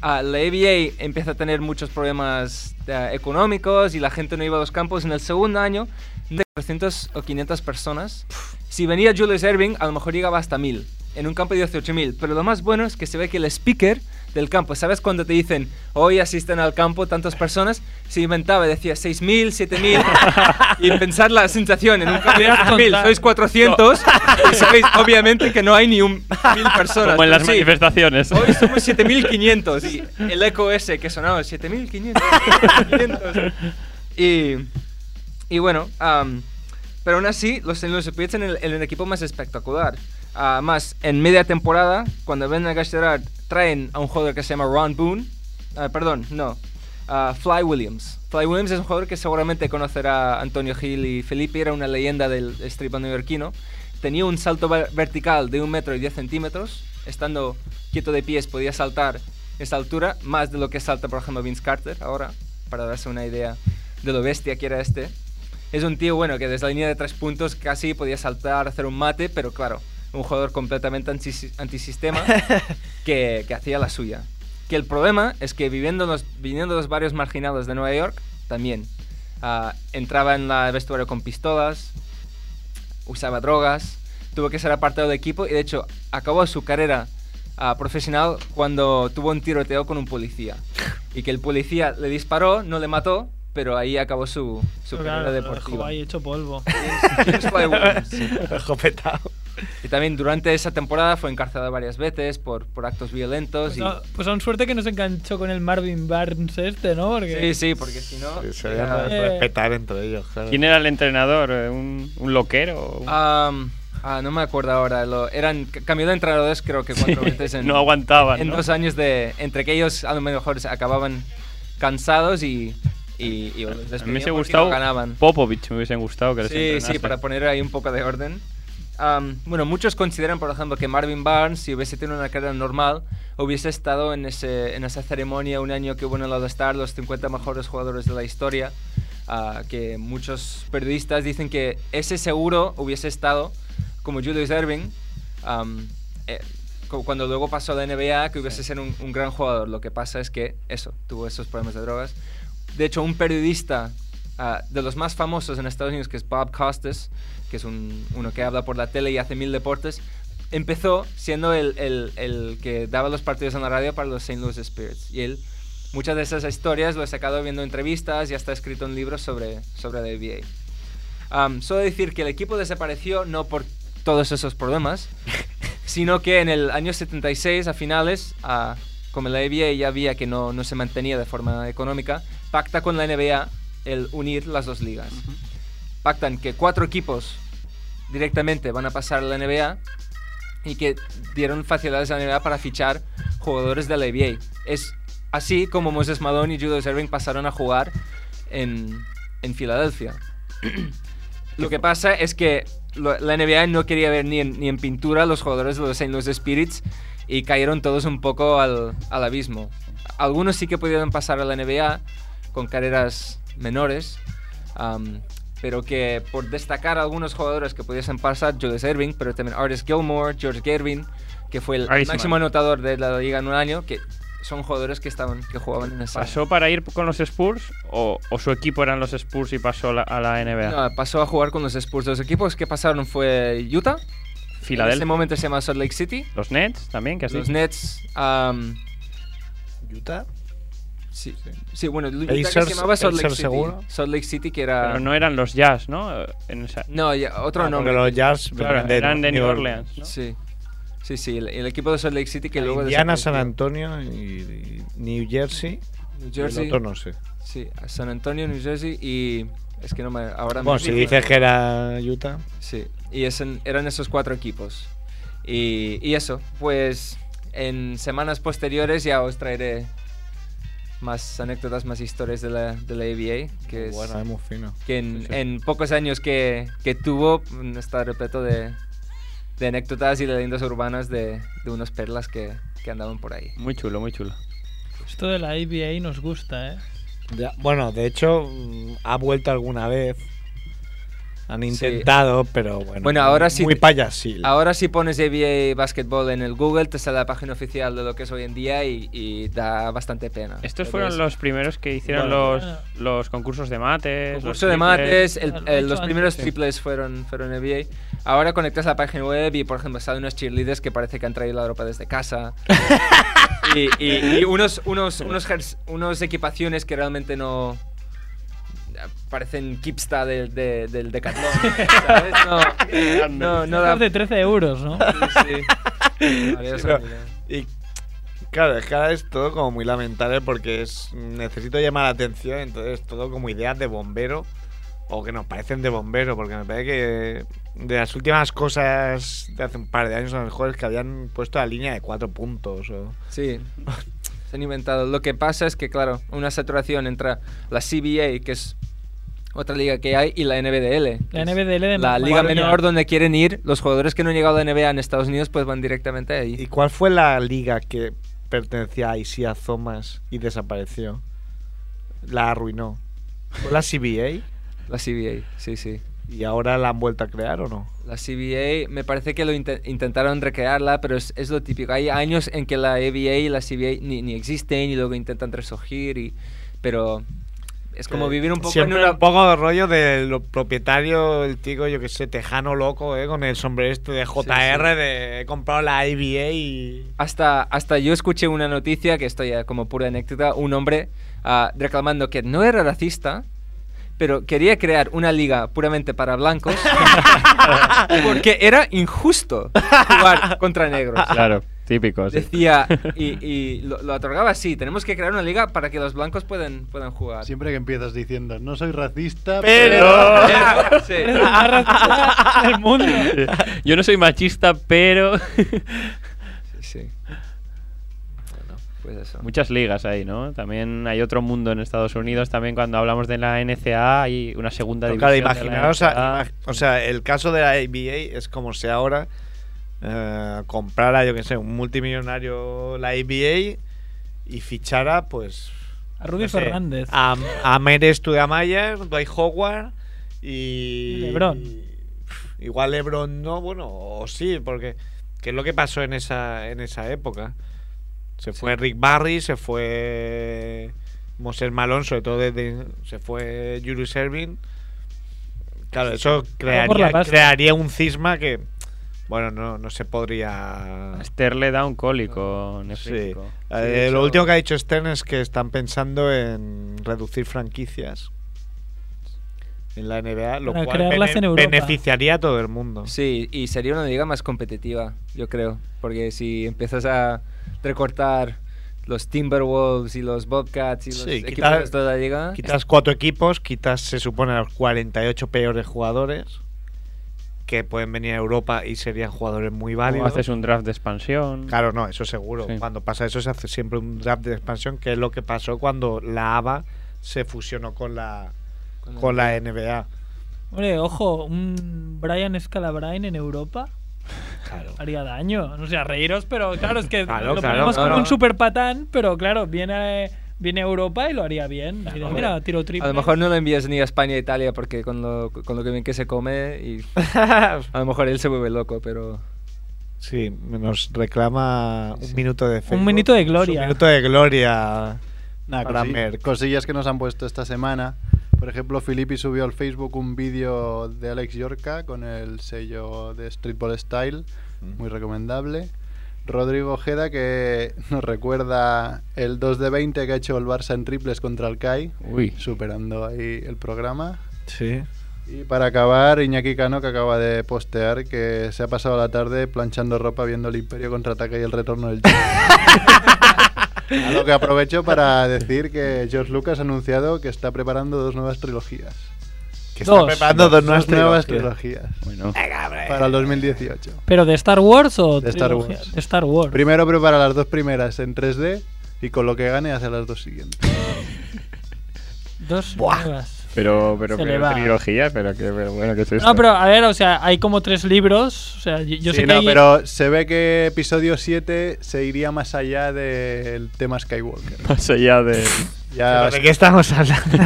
S6: Ah, la ABA empieza a tener muchos problemas eh, económicos y la gente no iba a los campos. En el segundo año, de 400 o 500 personas. Si venía Julius Irving, a lo mejor llegaba hasta 1000 en un campo de 18.000. Pero lo más bueno es que se ve que el speaker del campo, ¿sabes cuando te dicen hoy asisten al campo tantas personas? Se inventaba, decía 6.000, 7.000. y pensar la sensación en un campo de 8.000, sois 400. y sabéis, obviamente, que no hay ni un 1.000 personas.
S10: Como en las
S6: pero sí.
S10: manifestaciones.
S6: Hoy somos 7500 y el eco ese que sonaba 7500. 7500. y, y bueno, am, pero aún así los St. Louis Spirits en el, en el equipo más espectacular. Ah, más en media temporada, cuando ven a Gerard, traen a un jugador que se llama Ron Boone. Ah, perdón, no. ah, Fly Williams. Fly Williams es un jugador que seguramente conocerá Antonio Gil y Felipe. Era una leyenda del strip neoyorquino. Tenía un salto ver- vertical de un metro y 10 centímetros. Estando quieto de pies podía saltar esa altura, más de lo que salta, por ejemplo, Vince Carter ahora, para darse una idea de lo bestia que era este. Es un tío bueno que desde la línea de tres puntos casi podía saltar, hacer un mate, pero claro, un jugador completamente antis- antisistema que, que hacía la suya. Que el problema es que viviendo en los, viniendo de los barrios marginados de Nueva York, también ah, entraba en la el vestuario con pistolas, usaba drogas, tuvo que ser apartado del equipo y de hecho acabó su carrera ah, profesional cuando tuvo un tiroteo con un policía. Y que el policía le disparó, no le mató, pero ahí acabó su, su
S9: Claro,
S6: carrera
S9: lo dejó
S6: deportiva.
S9: ahí hecho polvo.
S6: James Fly Williams.
S11: Jopetao.
S6: Y también durante esa temporada fue encarcelado varias veces por, por actos violentos.
S9: Pues,
S6: y,
S9: a- pues aún suerte que nos enganchó con el Marvin Barnes este, ¿no? Porque
S6: sí, sí, porque si no.
S12: Se
S6: era-
S12: deben
S9: Eh.
S12: respetar entre ellos, claro.
S10: ¿Quién era el entrenador? Eh, ¿Un, un loquero?
S6: Am, ah, no me acuerdo ahora. lo- eran ca- cambió de entrenadores creo que cuatro veces en,
S10: no aguantaban.
S6: en
S10: ¿no?
S6: dos años de entre que ellos a lo mejor se acababan cansados y y, y los
S10: A mí me
S6: despedían
S10: hubiese
S6: porque
S10: gustado
S6: no ganaban.
S10: Popovich, me hubiesen gustado que les
S6: Sí, sí,
S10: entrenase.
S6: para poner ahí un poco de orden. Am, bueno, muchos consideran, por ejemplo, que Marvin Barnes, si hubiese tenido una carrera normal, hubiese estado en, ese, en esa ceremonia un año que hubo en el All-Star, los 50 mejores jugadores de la historia, ah, que muchos periodistas dicen que ese seguro hubiese estado como Julius Erving, am, eh, cu- cuando luego pasó a la NBA, que hubiese sido un, un gran jugador. Lo que pasa es que eso, tuvo esos problemas de drogas. De hecho, un periodista ah, de los más famosos en Estados Unidos, que es Bob Costas, que es un- uno que habla por la tele y hace mil deportes, empezó siendo el, el- el que daba los partidos en la radio para los St. Louis Spirits. Y él, muchas de esas historias lo he sacado viendo entrevistas y hasta ha escrito un libro sobre, sobre la NBA. Am, solo decir que el equipo desapareció no por todos esos problemas, sino que en el año 76, a finales, ah, como la NBA ya había que no, no se mantenía de forma económica, pacta con la NBA el unir las dos ligas. Pactan que cuatro equipos directamente van a pasar a la NBA y que dieron facilidades a la NBA para fichar jugadores de la NBA. Es así como Moses Malone y Julius Erving pasaron a jugar en, en Filadelfia. Lo que pasa es que lo- la NBA no quería ver ni en, ni en pintura los jugadores de los St. Louis Spirits y cayeron todos un poco al, al abismo. Algunos sí que pudieron pasar a la NBA con carreras menores, am, pero que por destacar a algunos jugadores que pudiesen pasar, Julius Erving, pero también Artis Gilmore, George Gervin, que fue el
S10: Iceman.
S6: máximo anotador de la liga en un año, que son jugadores que estaban que jugaban en esa
S10: ¿Pasó para ir con los Spurs o, o su equipo eran los Spurs y pasó la- a la NBA?
S6: No, ah, pasó a jugar con los Spurs. Los equipos que pasaron fue Utah. En este
S10: Filadelfia.
S6: momento se llama Salt Lake City.
S10: Los Nets también, que has
S6: Los
S10: dicho?
S6: Nets. am,
S12: Utah.
S6: sí, sí, bueno, Utah que se
S12: Pacers-
S6: llamaba Salt Lake
S12: Pacers
S6: City.
S12: seguro.
S6: Salt Lake City que era.
S10: Pero no eran los Jazz, ¿no? Eh, En esa-
S6: No, ya- otro
S12: Ah, porque
S6: nombre.
S12: los Jazz
S10: Claro,
S12: venían de
S10: eran de New Orleans, ¿no?
S6: Sí. Sí, sí, el, el equipo de Salt Lake City que luego.
S12: Indiana,
S6: desapareció.
S12: San Antonio y, y New Jersey.
S6: New
S12: y
S6: Jersey.
S12: El otro no sé.
S6: Sí, San Antonio, New Jersey y. Es que no me. ah, Ahora
S12: Bueno,
S6: me
S12: si dices que era Utah.
S6: Sí, y es en- eran esos cuatro equipos. Y, y eso, pues en semanas posteriores ya os traeré más anécdotas, más historias de la, de la ABA, que, es,
S12: Bueno, es muy fino.
S6: que en,
S12: sí, sí.
S6: en pocos años que, que tuvo mm, está repleto de, de anécdotas y de leyendas urbanas de, de unas perlas que, que andaban por ahí.
S10: Muy chulo, muy chulo.
S9: esto de la ABA nos gusta, ¿eh?
S12: Ya, bueno, de hecho, mm, ha vuelto alguna vez. Han
S6: Sí.
S12: intentado, pero bueno.
S6: Bueno, ahora sí-
S12: Muy payasil.
S6: Ahora si pones ABA Basketball en el Google te sale la página oficial de lo que es hoy en día y, y da bastante pena.
S10: Estos
S6: Pero
S10: fueron
S6: es-
S10: los primeros que hicieron
S12: Bueno.
S10: los, los concursos de mates. los
S6: Concurso de
S10: triples.
S6: mates, el-
S9: Claro,
S6: el-
S9: mucho
S6: los
S9: antes,
S6: primeros
S9: sí.
S6: triples fueron, fueron NBA. Ahora conectas a la página web y, por ejemplo, salen unos cheerleaders que parece que han traído la ropa desde casa. y y- y unos, unos, unos, jers- unos equipaciones que realmente no. parecen Kipsta del, de- del Decathlon. ¿sabes? No, no, no da.
S9: Estas de 13 euros, ¿no?
S6: Sí, sí. Adiós,
S12: Sí, pero-
S6: amigo.
S12: Y claro, es que ahora es todo como muy lamentable porque es necesito llamar la atención, entonces todo como ideas de bombero o que nos parecen de bombero, porque me parece que de las últimas cosas de hace un par de años a lo mejor es que habían puesto la línea de cuatro puntos o
S6: Sí. Se han inventado. Lo que pasa es que, claro, una saturación entre la CBA, que es otra liga que hay, y la NBDL. que
S9: La
S6: es
S9: NBDL de
S6: La liga
S9: Macedonia.
S6: menor donde quieren ir. Los jugadores que no han llegado a la NBA en Estados Unidos, pues van directamente
S12: ¿Y
S6: ahí.
S12: cuál fue la liga que pertenecía a Isia Thomas y desapareció? La arruinó. ¿Fue la CBA?
S6: Pues La CBA, sí, sí.
S12: ¿Y ahora la han vuelto a crear o no?
S6: La CBA, me parece que lo inte- intentaron recrearla, pero es, es lo típico. Hay años en que la ABA y la CBA ni, ni existen y luego intentan resurgir, y, pero es como vivir un poco
S12: Siempre
S6: en una...
S12: un poco de rollo del propietario, el tío, yo que sé, tejano loco, ¿eh? con el sombrero este de JR, de he comprado la IBA y...
S6: Hasta, hasta yo escuché una eh, noticia, que estoy como pura anécdota, un hombre ah, reclamando que no era racista,
S7: pero quería crear una liga puramente para blancos porque era injusto jugar contra negros.
S10: Claro, típico. sí.
S7: Decía, y, y lo, lo otorgaba así, tenemos que crear una liga para que los blancos puedan, puedan jugar.
S13: Siempre que empiezas diciendo, no soy racista,
S10: Pero-
S7: Sí.
S9: Eres el más racista del mundo.
S10: Yo no soy machista, pero.
S7: Sí. Bueno, pues eso.
S10: Muchas ligas ahí, ¿no? También hay otro mundo en Estados Unidos. También cuando hablamos de la NCA hay una segunda
S6: Claro,
S10: división. de la
S6: imaginaos, a-
S10: NCAA.
S6: imag- o sea, el caso de la NBA es como si ahora eh, comprara, yo que sé, un multimillonario la NBA y fichara, pues.
S9: A Rudy
S6: no sé,
S9: Fernández.
S6: A, a Mere Studamayer, Dwight Howard y.
S9: LeBron.
S6: y- igual LeBron no, bueno, o sí, porque. ¿Qué es lo que pasó en esa, en esa época? Se fue Rick Barry, se fue. Moser Malone, sobre todo desde. Se fue Julius Erving. Claro, eso
S9: por la
S6: crearía,
S9: pasta.
S6: crearía un cisma que. Bueno, no, no se podría.
S10: Esther le da un cólico nefrítico.
S6: Sí.
S10: Sí,
S6: Eh,
S10: eso-
S6: lo último que ha dicho Stern es que están pensando en reducir franquicias en la NBA, lo
S9: Para
S6: cual
S9: crearlas en Europa.
S6: beneficiaría a todo el mundo.
S7: Sí, y sería una liga más competitiva, yo creo, porque si empiezas a recortar los Timberwolves y los Bobcats y los
S6: Sí,
S7: equipos
S6: quitar-
S7: de toda la liga,
S6: Quitas cuatro equipos, quitas se supone a los 48 peores jugadores que pueden venir a Europa y serían jugadores muy
S10: Como
S6: válidos.
S10: haces un draft de expansión.
S6: Claro, no, eso seguro.
S10: Sí.
S6: Cuando pasa eso se hace siempre un draft de expansión, que es lo que pasó cuando la ABA se fusionó con la
S7: con el-
S6: con la NBA.
S9: Hombre, ojo, un Brian Scalabrine en Europa haría daño. No sé, a reíros, pero claro, es que
S6: Claro,
S9: lo
S6: claro,
S9: ponemos
S7: claro.
S9: como un super patán, pero claro, viene, eh, viene a Europa y lo haría bien. Así de,
S7: hombre.
S9: mira, tiro triple.
S7: A lo mejor no lo envías ni a España e Italia porque con lo, con lo que bien que se come y a lo mejor él se vuelve loco, pero
S6: Sí, nos reclama
S7: Sí, sí.
S6: un minuto de Facebook.
S9: minuto de gloria.
S6: Un minuto de gloria.
S13: Nah,
S6: Para
S13: cosi-
S6: Merck.
S13: cosillas que nos han puesto esta semana. Por ejemplo, Filippi subió al Facebook un vídeo de Alex Yorca con el sello de Streetball Style, muy recomendable. Rodrigo Ojeda, que nos recuerda el 2 de 20 que ha hecho el Barça en triples contra el CAI,
S10: Uy.
S13: superando ahí el programa.
S6: Sí.
S13: Y para acabar, Iñaki Cano, que acaba de postear que se ha pasado la tarde planchando ropa viendo el Imperio contraataque y el retorno del Che. A lo que aprovecho para decir que George Lucas ha anunciado que está preparando dos nuevas trilogías.
S6: Que
S9: Dos.
S6: está preparando dos nuevas
S13: Dos nuevas
S6: trilogías.
S13: trilogías
S10: Bueno,
S13: para el 2018.
S9: ¿Pero de Star Wars o
S13: De Star
S9: trilogía?
S13: Wars.
S9: De Star Wars.
S13: Primero prepara las dos primeras en 3D y con lo que gane hace las dos siguientes.
S9: Dos nuevas.
S14: Pero, pero,
S9: Se le
S14: pero
S9: va.
S14: trilogía, pero que pero bueno, que es esto.
S9: No, pero a ver, o sea, hay como tres libros. O sea, yo, yo
S13: Sí,
S9: sé que
S13: no,
S9: hay-
S13: pero se ve que episodio 7 se iría más allá del tema Skywalker.
S14: Más allá de.
S13: Ya
S6: ¿De qué estamos hablando?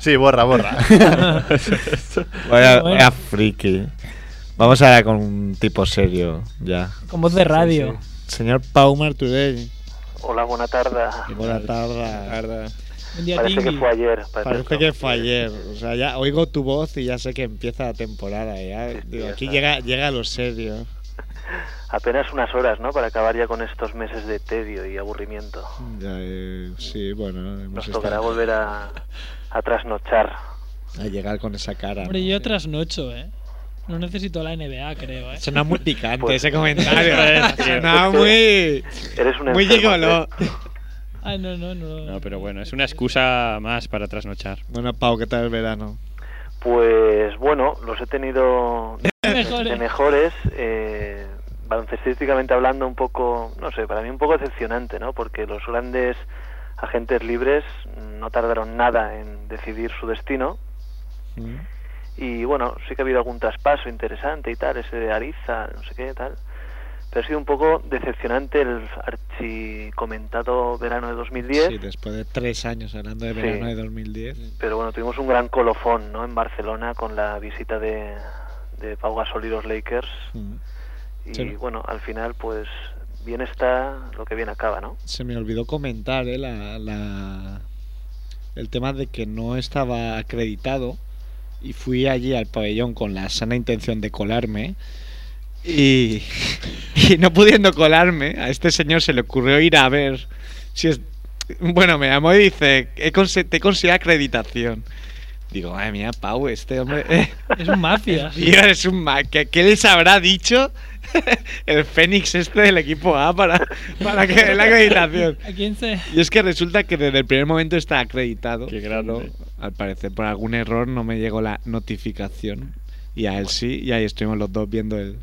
S13: Sí, borra, borra.
S6: Vaya,
S9: Bueno.
S6: vaya friki. Vamos ahora con un tipo serio ya.
S9: con voz de radio.
S6: Señor Paumer Today.
S15: Hola, buena tarde.
S6: Buenas tardes.
S9: Un día
S15: Parece que
S9: tingui.
S15: fue ayer.
S6: Parece que fue ayer. O sea, ya oigo tu voz y ya sé que empieza la temporada. Ya. Digo, aquí llega, llega lo serio.
S15: Apenas unas horas, ¿no? Para acabar ya con estos meses de tedio y aburrimiento.
S6: Ya, eh, sí, bueno, hemos
S15: Nos tocará
S6: estado-
S15: volver a, a trasnochar.
S6: a llegar con esa cara.
S9: Hombre,
S6: ¿no?
S9: yo trasnocho, ¿eh? No necesito la NBA, creo, ¿eh?
S6: Sonaba muy picante
S15: Pues-
S6: ese comentario. eh. Sonaba muy.
S15: Eres un enfermo,
S6: Muy
S15: ¿eh?
S6: gigolo.
S15: Pep.
S9: Ah, no, no, no.
S10: no, pero bueno, es una excusa más para trasnochar.
S6: Bueno, Pau, ¿qué tal el verano?
S15: Pues bueno, los he tenido
S9: Mejor,
S15: de
S9: ¿eh?
S15: mejores. Eh, baloncestísticamente hablando, un poco, no sé, para mí un poco decepcionante, ¿no? Porque los grandes agentes libres no tardaron nada en decidir su destino. Y bueno, sí que ha habido algún traspaso interesante y tal, ese de Ariza, no sé qué, tal. Pero ha sido un poco decepcionante el archicomentado verano de 2010.
S6: Sí, después de tres años hablando de
S15: Sí.
S6: verano de 2010.
S15: Pero bueno, tuvimos un gran colofón ¿no? en Barcelona con la visita de, de Pau Gasol y los Lakers.
S6: Mm.
S15: Y
S6: Sí.
S15: bueno, al final, pues bien está lo que bien acaba, ¿no?
S6: Se me olvidó comentar eh, la, la- el tema de que no estaba acreditado y fui allí al pabellón con la sana intención de colarme. Y, y no pudiendo colarme, a este señor se le ocurrió ir a ver si es... Bueno, me llamó y dice, "He conse- te he conseguido acreditación. Digo, madre mía, Pau, este hombre.
S9: Es un mafia.
S6: Tío, es un ma- ¿Qué, qué les habrá dicho el Fénix este del equipo A para, para que dé la acreditación?
S9: ¿A quién se.?
S6: Y es que resulta que desde el primer momento está acreditado. pero, al parecer, por algún error no me llegó la notificación. Y a él sí, y ahí estuvimos los dos viendo el,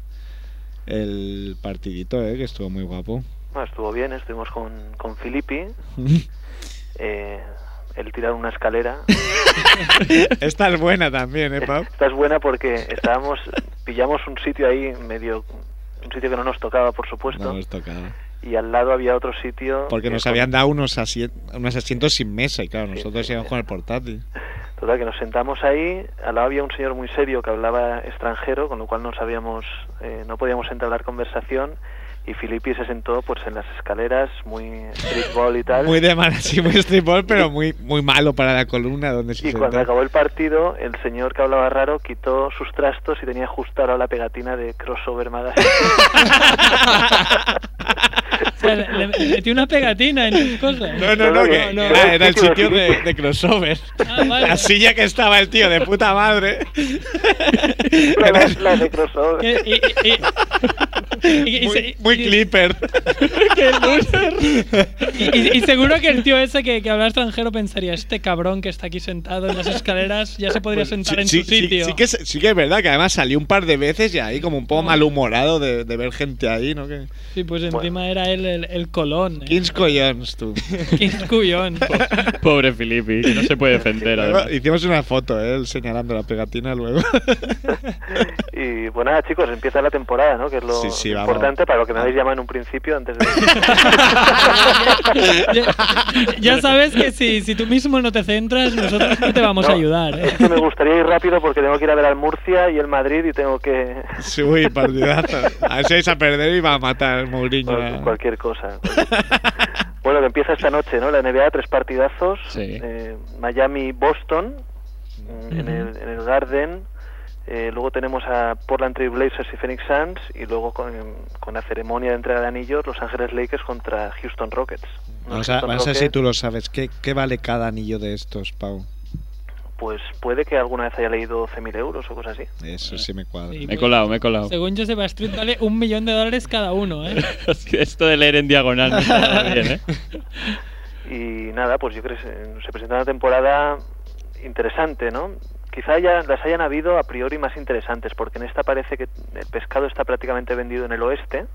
S6: el partidito, ¿eh? que estuvo muy guapo.
S10: Bueno, estuvo bien, estuvimos con, con Filippi. Eh, él tirar una escalera.
S6: Esta es buena también, ¿eh, Pau?
S10: Esta es buena porque estábamos, pillamos un sitio ahí medio, un sitio que no nos tocaba, por supuesto.
S6: No nos tocaba.
S10: Y al lado había otro sitio.
S6: Porque
S10: eh,
S6: nos
S10: con-
S6: habían dado unos, asien- unos asientos sin mesa, y claro, nosotros íbamos con el portátil.
S10: Total, que nos sentamos ahí, al lado había un señor muy serio que hablaba extranjero, con lo cual no sabíamos, eh, no podíamos entablar conversación, y Filippi se sentó pues en las escaleras, muy streetball y tal.
S6: Muy de man, así muy streetball, pero muy, muy malo para la columna donde se
S10: Y cuando
S6: sentó.
S10: acabó el partido, el señor que hablaba raro quitó sus trastos y tenía justo ahora la pegatina de Crossover Magazine.
S9: O sea, le, le metió una pegatina en sus cosas.
S6: No, no, no, que era, era el sitio de, de crossover.
S9: vale.
S6: La silla que estaba el tío de puta madre.
S9: Que- y- y- y- y-
S6: Muy, muy clipper.
S9: ¡Qué loser! Y, y- y seguro que el tío ese que, que habla extranjero pensaría: Este cabrón que está aquí sentado en las escaleras ya se podría sentar en
S6: sí,
S9: su
S6: sí,
S9: sitio.
S6: Sí, que, es- sí que es verdad que además salió un par de veces y ahí como un poco malhumorado de, de ver gente ahí, ¿no? Que...
S9: Sí, pues encima era él el, el colón. eh.
S6: Kings Collons, tú.
S9: Kings pues. Cullón.
S16: Pobre Filippi, que no se puede defender.
S6: Luego
S16: además.
S6: hicimos una foto, ¿eh? él señalando la pegatina luego.
S10: Y bueno, nada, chicos, empieza la temporada, ¿no? Que es lo
S6: Sí, sí, vamos.
S10: importante para lo que me habéis llamado en un principio antes de...
S9: Ya sabes que si, si tú mismo no te centras, nosotros no te vamos a ayudar. ¿eh?
S10: Es que me gustaría ir rápido porque tengo que ir a ver al Murcia y el Madrid y tengo que...
S6: sí, uy, partidazo. A ver si vais a perder y va a matar Mourinho.
S10: Cual- cualquier cosa. bueno, que empieza esta noche, ¿no? La NBA, tres partidazos. Eh, Miami-Boston mm, en, el, en el Garden. Eh, luego tenemos a Portland Trail Blazers y Phoenix Suns. Y luego con, con la ceremonia de entrega de anillos, Los Ángeles Lakers contra Houston Rockets.
S6: Vamos a, vamos a ver si tú lo sabes. ¿Qué, qué vale cada anillo de estos, Pau?
S10: Pues puede que alguna vez haya leído 12.000 euros o cosas así.
S6: Eso sí me cuadra.
S9: Sí,
S16: Me he colado, me he colado.
S9: Según Joseph Street, vale un millón de dólares cada uno. ¿eh?
S16: Esto de leer en diagonal no está nada bien, ¿eh?
S10: Y nada, pues yo creo que se, se presenta una temporada interesante, ¿no? Quizá ya las hayan habido a priori más interesantes, porque en esta parece que el pescado está prácticamente vendido en el oeste,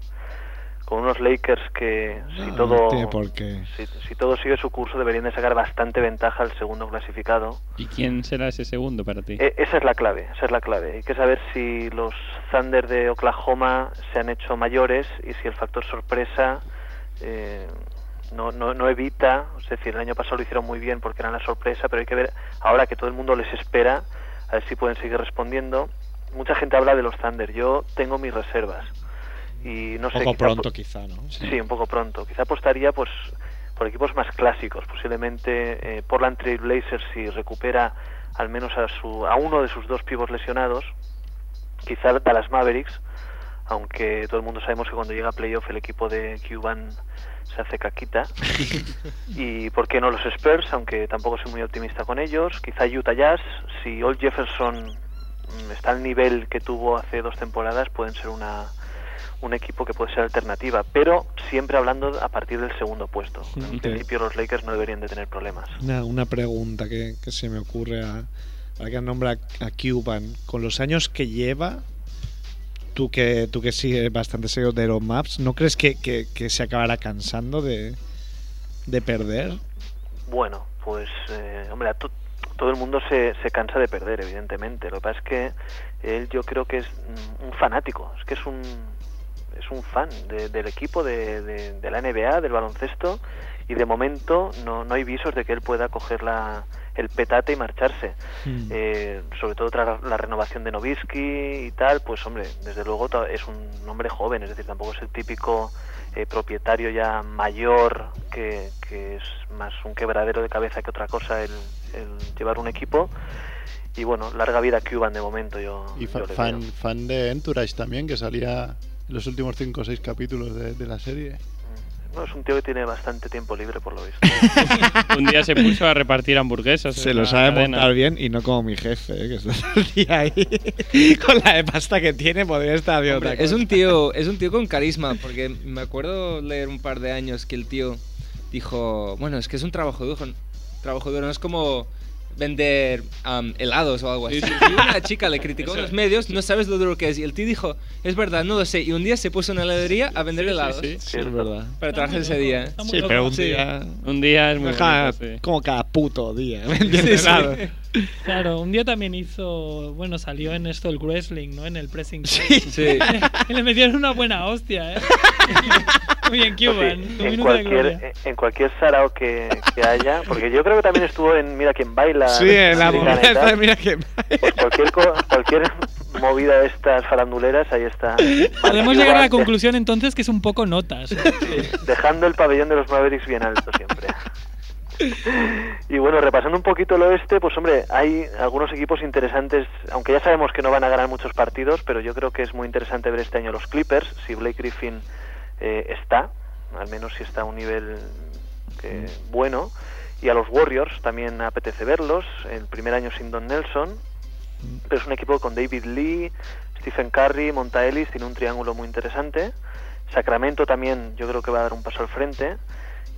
S10: con unos Lakers que si
S6: No,
S10: todo
S6: no tiene por qué.
S10: si, si todo sigue su curso deberían de sacar bastante ventaja al segundo clasificado.
S16: ¿Y quién será ese segundo para ti?
S10: E- esa es la clave, esa es la clave. Hay que saber si los Thunder de Oklahoma se han hecho mayores y si el factor sorpresa eh, no, no, no evita, es decir, el año pasado lo hicieron muy bien porque eran la sorpresa, pero hay que ver ahora que todo el mundo les espera, a ver si pueden seguir respondiendo. Mucha gente habla de los Thunder, yo tengo mis reservas. Y no
S6: Un
S10: sé,
S6: poco
S10: quizá
S6: pronto,
S10: po-
S6: quizá, ¿no?
S10: Sí. un poco pronto. Quizá apostaría pues por equipos más clásicos, posiblemente eh, Portland Trail Blazers si recupera al menos a su a uno de sus dos pivos lesionados, quizá Dallas Mavericks, aunque todo el mundo sabemos que cuando llega a playoff el equipo de Cuban se hace caquita. y por qué no los Spurs, aunque tampoco soy muy optimista con ellos, quizá Utah Jazz, si Old Jefferson mm, está al nivel que tuvo hace dos temporadas, pueden ser una un equipo que puede ser alternativa, pero siempre hablando a partir del segundo puesto. En
S6: Ok.
S10: principio los Lakers no deberían de tener problemas.
S6: Una, una pregunta que, que se me ocurre a, a que nombra a Cuban. Con los años que lleva, tú que, tú que sigues bastante seguido de los maps, ¿no crees que, que- que se acabará cansando de, de perder?
S10: Bueno, pues eh, hombre, a to- todo el mundo se, se cansa de perder, evidentemente. Lo que pasa es que él yo creo que es mm, un fanático, es que es un, es un fan de- del equipo, de, de- de la NBA, del baloncesto, y de momento no, no hay visos de que él pueda coger la, el petate y marcharse. Eh, sobre todo tras la renovación de Novisky y tal, pues hombre, desde luego ta- es un hombre joven, es decir, tampoco es el típico eh, propietario ya mayor que, que es más un quebradero de cabeza que otra cosa el, el llevar un equipo. Y bueno, larga vida a Cuban de momento, yo,
S13: Y fa-
S10: yo le
S13: fan,
S10: veo.
S13: fan de Entourage también, que salía en los últimos 5 o 6 capítulos de, de la serie.
S9: No, es un tío que tiene bastante tiempo libre, por lo visto.
S10: Un día se puso a repartir hamburguesas.
S6: Se
S10: en
S6: lo
S10: Pues la
S6: sabe
S10: cadena.
S6: montar bien y no como mi jefe, eh, que está todo el día ahí. Con la de pasta que tiene podría estar de
S7: Hombre,
S6: otra cosa.
S7: es un tío es un tío con carisma porque me acuerdo leer un par de años que el tío dijo bueno es que es un trabajo duro trabajo duro no es como vender am, helados o algo así Y una chica le criticó en los medios no sabes lo duro que es y el tío dijo es verdad no lo sé y un día se puso en una heladería a vender helados
S10: sí,
S6: Sí, es verdad.
S7: para trabajar ese día
S6: muy Sí, loco. pero un día-
S10: Un día es muy
S6: Cada-
S10: bonito, sí.
S6: Como cada puto día, ¿me entiendes? Claro.
S17: Claro, un día también hizo, bueno, salió en esto el wrestling, ¿no? En el pressing.
S7: Sí.
S17: y le metieron una buena hostia, ¿eh? Muy bien, Cuban.
S9: Sí,
S17: tu
S9: en,
S17: minuto de gloria.
S9: cualquier, en cualquier sarao que, que haya, porque yo creo que también estuvo en Mira quién baila.
S6: Sí, en la
S9: Americana y
S6: movida
S9: tal.
S6: esta, mira que.
S9: Pues cualquier, co- cualquier movida de estas faranduleras, ahí está.
S17: Podemos llegar a la
S9: Mark Cuban,
S17: conclusión entonces que es un poco notas.
S9: de- Dejando el pabellón de los Mavericks bien alto siempre. Y bueno, repasando un poquito el oeste, pues hombre, hay algunos equipos interesantes, aunque ya sabemos que no van a ganar muchos partidos, pero yo creo que es muy interesante ver este año los Clippers, si Blake Griffin eh, está, al menos si está a un nivel que- bueno, y a los Warriors también apetece verlos, el primer año sin Don Nelson, pero es un equipo con David Lee, Stephen Curry, Monta Ellis, tiene un triángulo muy interesante, Sacramento también yo creo que va a dar un paso al frente,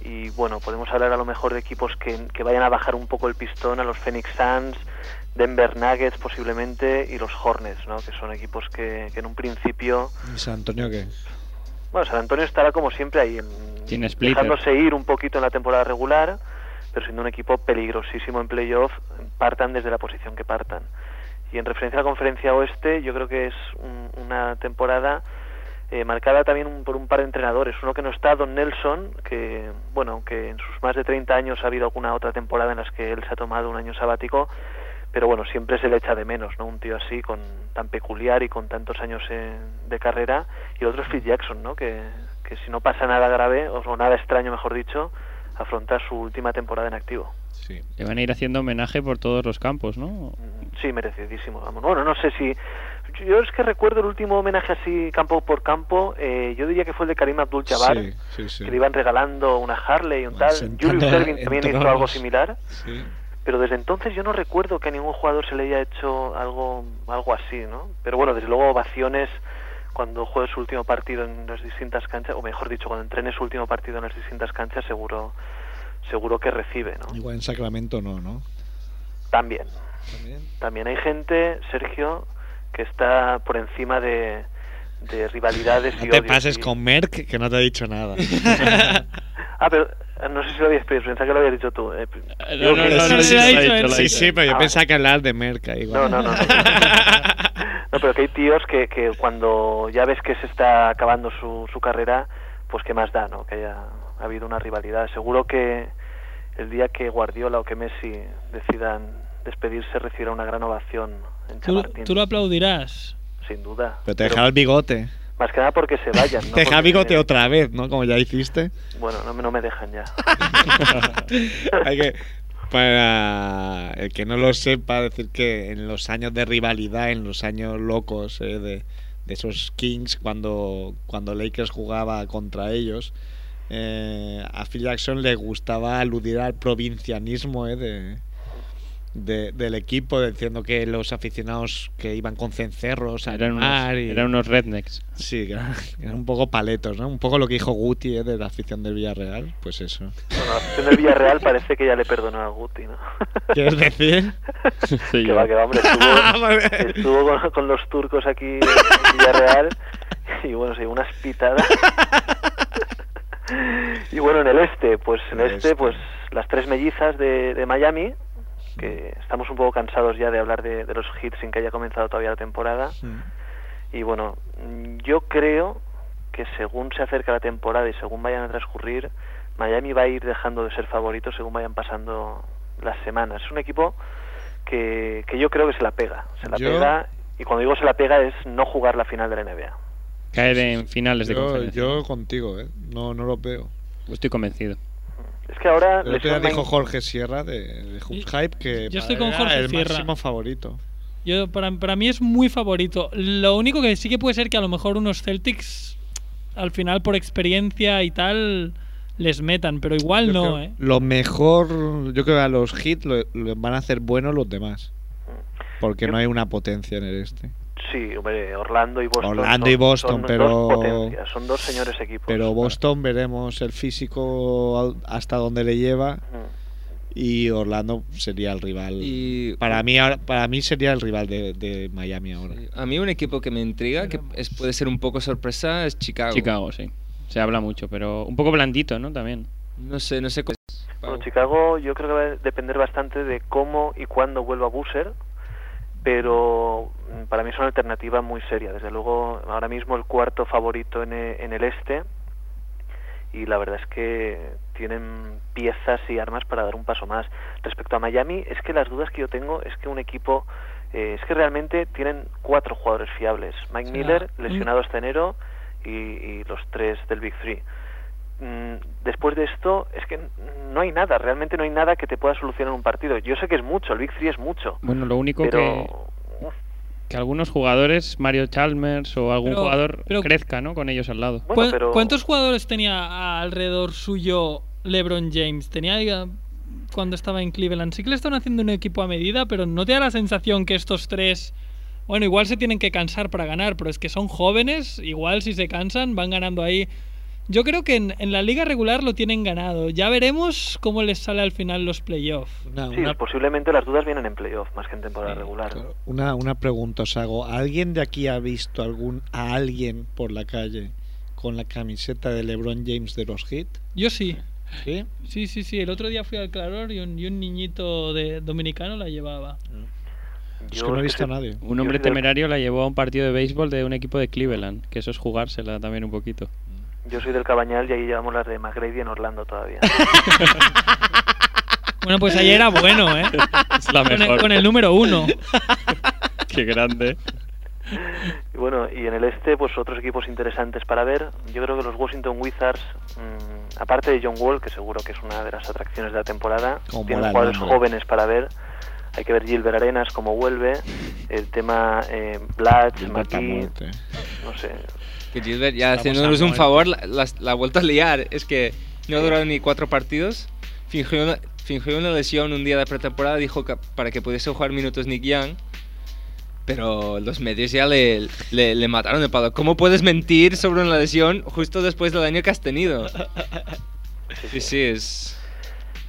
S9: y bueno, podemos hablar a lo mejor de equipos que, que vayan a bajar un poco el pistón, a los Phoenix Suns, Denver Nuggets posiblemente, y los Hornets, ¿no? que son equipos que, que en un principio...
S6: ¿Y San Antonio qué?
S9: Bueno, San Antonio estará como siempre ahí, en-
S10: Tiene splitter.
S9: dejándose ir un poquito en la temporada regular, pero siendo un equipo peligrosísimo en playoff, partan desde la posición que partan. Y en referencia a la conferencia oeste, yo creo que es un- una temporada eh, marcada también un- por un par de entrenadores. Uno que no está, Don Nelson, que, bueno, que en sus más de 30 años ha habido alguna otra temporada en las que él se ha tomado un año sabático, pero bueno, siempre se le echa de menos, ¿no? Un tío así, con tan peculiar y con tantos años eh, de carrera. Y el otro es Phil Jackson, ¿no? Que, que si no pasa nada grave, o o nada extraño, mejor dicho, afronta su última temporada en activo.
S10: Le van a ir haciendo homenaje por todos los campos, ¿no?
S9: Sí, merecidísimo, vamos. Bueno, no sé si... Yo es que recuerdo el último homenaje así, campo por campo, eh, yo diría que fue el de Karim Abdul-Jabbar,
S6: Sí, sí, sí.
S9: que le iban regalando una Harley y un tal.
S6: sentado
S9: Julius Erving
S6: en
S9: también hizo
S6: tronos.
S9: algo similar,
S6: Sí.
S9: pero desde entonces yo no recuerdo que a ningún jugador se le haya hecho algo, algo así, ¿no? Pero bueno, desde luego ovaciones cuando juegue su último partido en las distintas canchas, o mejor dicho, cuando entrene su último partido en las distintas canchas, seguro, seguro que recibe, ¿no?
S6: Igual en Sacramento no, ¿no?
S9: También. También hay gente, Sergio, que
S10: Ah,
S9: está por encima de, de rivalidades
S6: No
S9: y
S6: te
S9: odios
S6: pases
S9: y-
S6: con Merck, que no te ha dicho nada.
S9: Ah, pero eh, no sé si lo habías pedido, pensaba que lo habías dicho tú. eh, p- digo que-
S6: sí, sí, sí, sí, pero yo
S9: Ah,
S6: pensaba que hablar de Merck ahí,
S9: No,
S6: igual.
S9: no, no. No, No, pero que hay tíos que, que cuando ya ves que se está acabando su, su carrera, pues qué más da, ¿no? Que haya habido una rivalidad. Seguro que el día que Guardiola o que Messi decidan despedirse recibirá una gran ovación en
S17: Tú,
S9: Chamartín,
S17: tú lo aplaudirás.
S9: sin duda.
S6: Pero te dejaba el bigote.
S9: Más que nada porque se vayan. ¿no?
S6: te dejaba el
S9: Porque-
S6: bigote otra vez, ¿no? Como ya hiciste.
S9: Bueno, no, me- no me dejan ya.
S6: Hay que, para el que no lo sepa, decir que en los años de rivalidad, en los años locos eh, de, de esos Kings, cuando, cuando Lakers jugaba contra ellos, eh, a Phil Jackson le gustaba aludir al provincianismo eh, de, de- del equipo, diciendo que los aficionados que iban con cencerros a
S10: Eran unos,
S6: animar y-
S10: eran unos rednecks.
S6: Sí, que eran, eran un poco paletos, ¿no? Un poco lo que dijo Guti eh, de la afición del Villarreal, pues eso.
S9: Bueno, la afición del Villarreal parece que ya le perdonó a Guti, ¿no?
S6: ¿Quieres decir?
S9: que va, que va, hombre.
S6: Ah,
S9: Estuvo, estuvo con, con los turcos aquí en Villarreal y bueno, se llevó unas pitadas. y bueno, en el este, pues en el este, pues las tres mellizas de, de Miami, que estamos un poco cansados ya de hablar de, de los hits sin que haya comenzado todavía la temporada. Y bueno, mm, yo creo que según se acerca la temporada y según vayan a transcurrir, Miami va a ir dejando de ser favorito según vayan pasando las semanas. Es un equipo que, que yo creo que se la pega. Se la
S6: Yo-
S9: pega, y cuando digo se la pega es no jugar la final de la NBA.
S10: Caer en finales de
S6: Yo,
S10: conferencia.
S6: yo contigo, ¿eh? No, no lo veo.
S10: Estoy convencido.
S9: Es que ahora
S6: El
S9: les
S6: otro día
S9: suena-
S6: dijo Jorge Sierra de, de Hoops Hype que
S17: yo estoy
S6: para
S17: con
S6: él era
S17: Jorge
S6: el
S17: Sierra.
S6: máximo favorito.
S17: Yo, para, para mí es muy favorito. Lo único que sí que puede ser que a lo mejor unos Celtics, al final por experiencia y tal,
S9: les metan, pero igual no, ¿eh?
S6: Lo mejor, yo creo que a los hits lo, lo van a hacer buenos los demás. Porque no hay una potencia en el este.
S10: Sí, hombre, Orlando y Boston.
S6: Orlando
S10: son-
S6: y Boston,
S10: son
S6: pero-
S10: Dos potencias, son dos señores equipos.
S6: Pero Boston veremos el físico al- hasta dónde le lleva. Y Orlando sería el rival. para, mí, ahora- para mí sería el rival de, de Miami ahora.
S7: A mí un equipo que me intriga, que es- puede ser un poco sorpresa, es Chicago.
S13: Chicago, sí. Se habla mucho, pero un poco blandito, ¿no? También.
S7: No sé, no sé cómo es.
S10: Bueno, Chicago yo creo que va a depender bastante de cómo y cuándo vuelva Busser, pero mm, para mí es una alternativa muy seria. Desde luego, ahora mismo el cuarto favorito en e- en el este y la verdad es que tienen piezas y armas para dar un paso más. Respecto a Miami, es que las dudas que yo tengo es que un equipo, eh, es que realmente tienen cuatro jugadores fiables. Mike
S18: Sí,
S10: Miller,
S18: ah.
S10: lesionado hasta enero, y, y los tres del Big Three. Mm, Después de esto, es que no hay nada, realmente no hay nada que te pueda solucionar un partido. Yo sé que es mucho, el Big Three es mucho.
S13: Bueno, lo único
S10: pero...
S13: que, que algunos jugadores, Mario Chalmers o algún
S9: Pero- Pues-
S13: jugador, crezca, ¿no? Con ellos al lado.
S9: ¿Cuán- ¿Cuántos jugadores tenía alrededor suyo LeBron James? Tenía eh, cuando estaba en Cleveland. Sí que le están haciendo un equipo a medida, pero no te da la sensación que estos tres. Bueno, igual se tienen que cansar para ganar, pero es que son jóvenes. Igual si se cansan, van ganando ahí. Yo creo que en, en la liga regular lo tienen ganado. Ya veremos cómo les sale al final los playoffs.
S10: Sí, posiblemente las dudas vienen en playoff más que en temporada regular.
S6: Una, una pregunta os hago. ¿Alguien de aquí ha visto algún, a alguien por la calle con la camiseta de LeBron James de los Heat?
S9: Yo sí.
S6: ¿Sí?
S9: Sí, sí, sí. El otro día fui al Claror y un, y un niñito de dominicano la llevaba.
S13: Es que no he visto a nadie. Un hombre temerario la llevó a un partido de béisbol de un equipo de Cleveland, que eso es jugársela también un poquito.
S10: Yo soy del Cabañal y ahí llevamos las de McGrady en Orlando todavía.
S9: Bueno, pues ayer era bueno, ¿eh?
S13: Es la
S9: Con el-
S13: mejor.
S9: con el número uno.
S13: Qué grande.
S10: Y bueno, y en el este, pues otros equipos interesantes para ver. Yo creo que los Washington Wizards, mm, aparte de John Wall, que seguro que es una de las atracciones de la temporada,
S18: Como
S10: tienen
S18: mola el
S10: jugadores
S18: nombre.
S10: jóvenes para ver. Hay que ver Gilbert Arenas, cómo vuelve. El tema eh, Blatch,
S7: Gilbert a
S10: McKee.
S7: muerte.
S10: No sé.
S7: Que Gilbert, ya
S10: Estamos
S7: haciéndonos
S10: a
S7: un
S10: muerte.
S7: favor, la, las- la ha vuelto a liar. Es que no ha durado ni cuatro partidos. Fingió una, fingió una lesión un día de pretemporada, dijo que para que pudiese jugar minutos Nick Young. Pero los medios ya le, le- le mataron de palo. ¿Cómo puedes mentir sobre una lesión justo después del daño que has tenido? Sí, sí, es.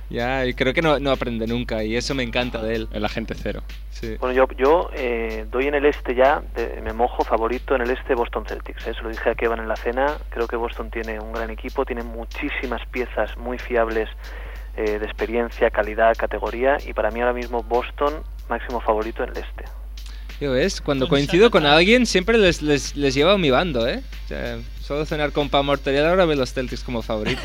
S7: Ya, y creo que no, no aprende nunca y eso me encanta de él.
S13: El agente cero.
S7: Sí.
S10: Bueno, yo, yo eh, doy en el este ya, de- me mojo favorito en el este Boston Celtics. ¿eh? Se lo dije a Kevin en la cena. Creo que Boston tiene un gran equipo, tiene muchísimas piezas muy fiables eh, de experiencia, calidad, categoría. Y para mí ahora mismo Boston, máximo favorito en el este.
S7: Yo ves, cuando coincido con alguien siempre les, les, les llevo a mi bando, ¿eh? O sea, solo cenar con Pam Mortorial ahora veo los Celtics como favoritos.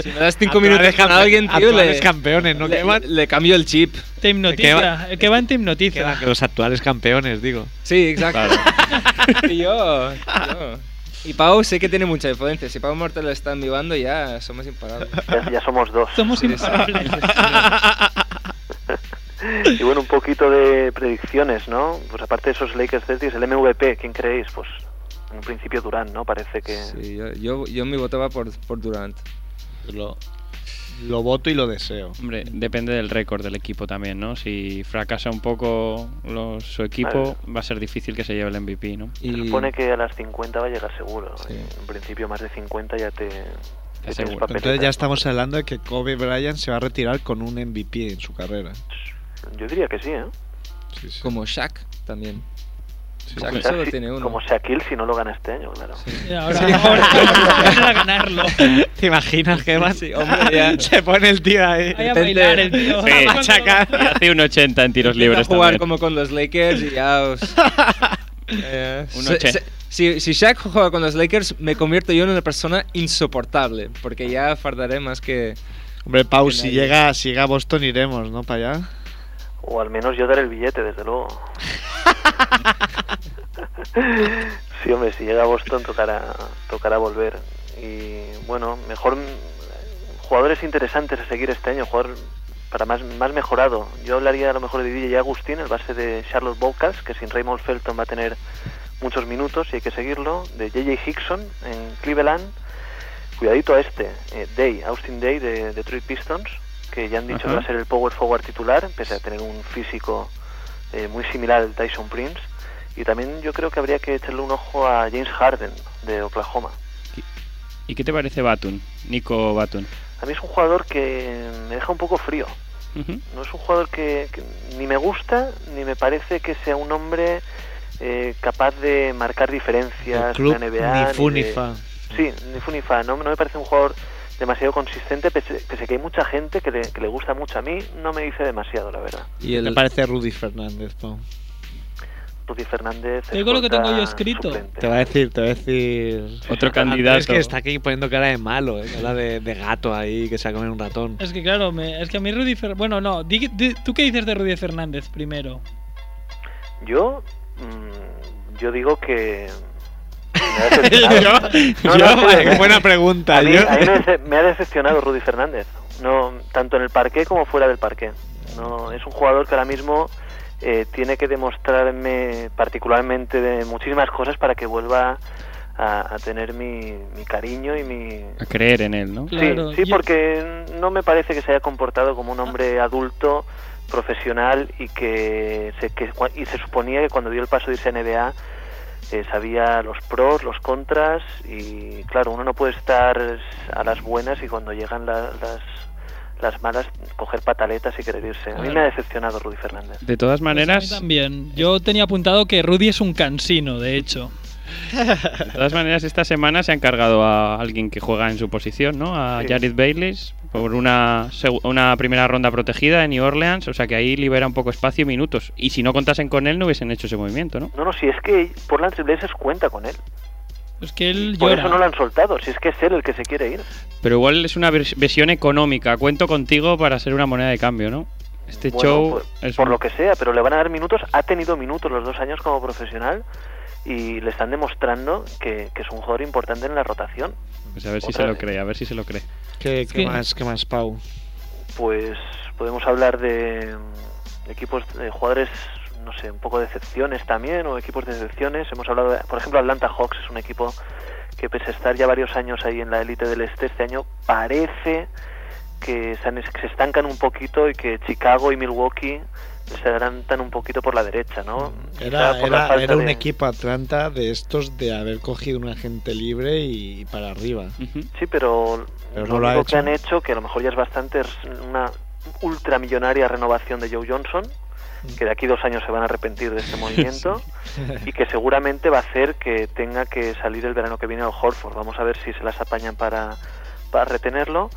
S7: si me das cinco
S6: Actuales
S7: minutos con
S6: campe-
S7: alguien, tío, le,
S6: actuales campeones, ¿no,
S7: le,
S6: Kevan?
S7: le cambio el chip.
S9: Te hipnotiza. El que va en te hipnotiza.
S6: Que los actuales campeones, digo.
S7: Sí, exacto. y yo, yo. Y Pau sé que tiene mucha influencia. Si Pau Mortorial está en mi bando, ya somos imparables.
S10: Ya, ya somos dos.
S9: Somos imparables.
S10: y bueno, un poquito de predicciones, ¿no? Pues aparte de esos Lakers Celtics, el MVP, ¿quién creéis? Pues en un principio Durán, ¿no? Parece que...
S7: Sí, yo, yo, yo mi voto va por, por Durant.
S6: Pues Lo, lo voto y lo deseo.
S13: Hombre, depende del récord del equipo también, ¿no? Si fracasa un poco los- su equipo, va a ser difícil que se lleve el MVP, ¿no?
S10: Se supone que a las 50 va a llegar seguro. En principio más de 50 ya te... ya tienes
S6: Este
S10: papeleta.
S6: Entonces ya estamos hablando de que Kobe Bryant se va a retirar con un MVP en su carrera.
S10: Yo diría que sí, ¿eh?
S7: Como Shaq también. Shaq
S10: Como
S7: solo
S10: Shaq,
S7: tiene uno.
S10: Como Shaquille si no lo gana este año, claro.
S9: Ahora, ahora, ahora ganarlo.
S6: ¿Te imaginas que va?
S7: Sí, hombre, ya.
S6: Se pone el tío ahí.
S9: Vaya a bailar el tío.
S13: Sí. Y hace un 80 en tiros libres
S7: a jugar
S13: también.
S7: como con los Lakers y ya os... Eh,
S13: Un
S7: se-
S13: oche.
S7: se- si, si Shaq juega con los Lakers, me convierto yo en una persona insoportable, porque ya fardaré más que...
S6: Hombre, Pau,
S7: Que
S6: si
S7: nadie.
S6: llega, si llega a Boston iremos, ¿no? Para allá.
S10: O al menos yo dar el billete, desde luego. sí, hombre, si llega a Boston tocará, tocará volver. Y bueno, mejor mm, jugadores interesantes a seguir este año, jugador para más, más mejorado. Yo hablaría a lo mejor de DJ Agustín, el base de Charlotte Bocas, que sin Raymond Felton va a tener muchos minutos y hay que seguirlo. De JJ Hickson en Cleveland.
S9: Cuidadito a este, eh, Day, Austin Day de Detroit Pistons, que ya han dicho que
S19: Ajá.
S9: va a ser el power forward titular, pese a tener un físico eh, muy similar al Tyson Prince. Y también yo creo que habría que echarle un ojo a James Harden de Oklahoma.
S10: ¿Y qué te parece Batun? Nico Batun.
S9: A mí es un jugador que me deja un poco frío.
S10: Ujú.
S9: No es un jugador que, que ni me gusta, ni me parece que sea un hombre eh, capaz de marcar diferencias
S20: club
S9: en la NBA.
S20: ni fu ni
S9: de-
S20: fa.
S9: Sí, ni fu ni fa. No, no me parece un jugador demasiado consistente, pese, pese que hay mucha gente que le, que le gusta mucho. A mí no me dice demasiado, la verdad.
S6: ¿Y Me parece Rudy Fernández, Pau.
S9: Rudy Fernández...
S21: Te digo lo que
S9: escolta
S21: tengo yo escrito.
S6: Te va a decir, te va a decir.
S10: Otro
S6: Es
S10: candidato.
S6: que está aquí poniendo cara de malo, eh, cara de, de gato ahí que se ha comido un ratón.
S21: Es que claro, me- es que a mí Rudy Fer- Bueno, no, di- di- ¿tú qué dices de Rudy Fernández primero?
S9: Yo, mm, yo digo que... me ha decepcionado. No, no,
S6: Yo,
S9: en serio,
S6: vale,
S9: me-
S6: buena pregunta.
S9: A mí,
S6: yo-
S9: a mí me, dece- me ha decepcionado Rudy Fernández, no tanto en el parqué como fuera del parqué. No, es un jugador que ahora mismo eh, tiene que demostrarme particularmente de muchísimas cosas para que vuelva a, a tener mi, mi cariño y mi...
S10: A creer en él, ¿no?
S9: Sí, sí, porque no me parece que se haya comportado como un
S21: Ah.
S9: hombre adulto, profesional y que se, que- y se suponía que cuando dio el paso de irse a NBA eh, sabía los pros, los contras y claro, uno no puede estar a las buenas y cuando llegan la- las, las malas coger pataletas y querer irse. A mí
S21: Claro.
S9: me ha decepcionado Rudy Fernández.
S10: De todas maneras,
S21: Pues a mí también. Yo tenía apuntado que Rudy es un cansino, de hecho.
S10: de todas maneras esta semana se ha encargado a alguien que juega en su posición, ¿no? A
S9: Sí.
S10: Jared Bailey por una, seg- una primera ronda protegida en New Orleans, o sea que ahí libera un poco espacio y minutos. Y si no contasen con él no hubiesen hecho ese movimiento, ¿no?
S9: No, no, si es que Portland Trail Blazers cuenta con él.
S21: Es que él
S9: Por
S21: llora.
S9: eso no lo han soltado, si es que es él el que se quiere ir.
S10: Pero igual es una vers- versión económica, cuento contigo para ser una moneda de cambio, ¿no? Este
S9: Bueno,
S10: show
S9: por-
S10: es
S9: por
S10: un-
S9: lo que sea, pero le van a dar minutos. Ha tenido minutos los dos años como profesional y le están demostrando que, que es un jugador importante en la rotación.
S10: pues a ver si
S9: otra
S10: se lo
S9: vez.
S10: cree, a ver si se lo cree.
S6: ¿Qué, qué
S9: que-
S6: más, qué más, Pau?
S9: Pues podemos hablar de mm, equipos, de jugadores, no sé, un poco de excepciones también, o equipos de excepciones. Hemos hablado, de- por ejemplo, Atlanta Hawks es un equipo que pese a estar ya varios años ahí en la élite del este, este año parece que se, han- que se estancan un poquito y que Chicago y Milwaukee se adelantan un poquito por la derecha, ¿no?
S6: Era,
S9: Quizá por la
S6: era-
S9: falta
S6: era un
S9: de-
S6: equipo Atlanta de estos de haber cogido un agente libre y, para arriba.
S9: Sí, pero,
S6: Pero
S9: lo,
S6: no lo ha
S9: único que
S6: hecho.
S9: han hecho, que a lo mejor ya es bastante, es una ultramillonaria renovación de Joe Johnson, que de aquí dos años se van a arrepentir de este movimiento y que seguramente va a hacer que tenga que salir el verano que viene al Horford. Vamos a ver si se las apañan para, para retenerlo.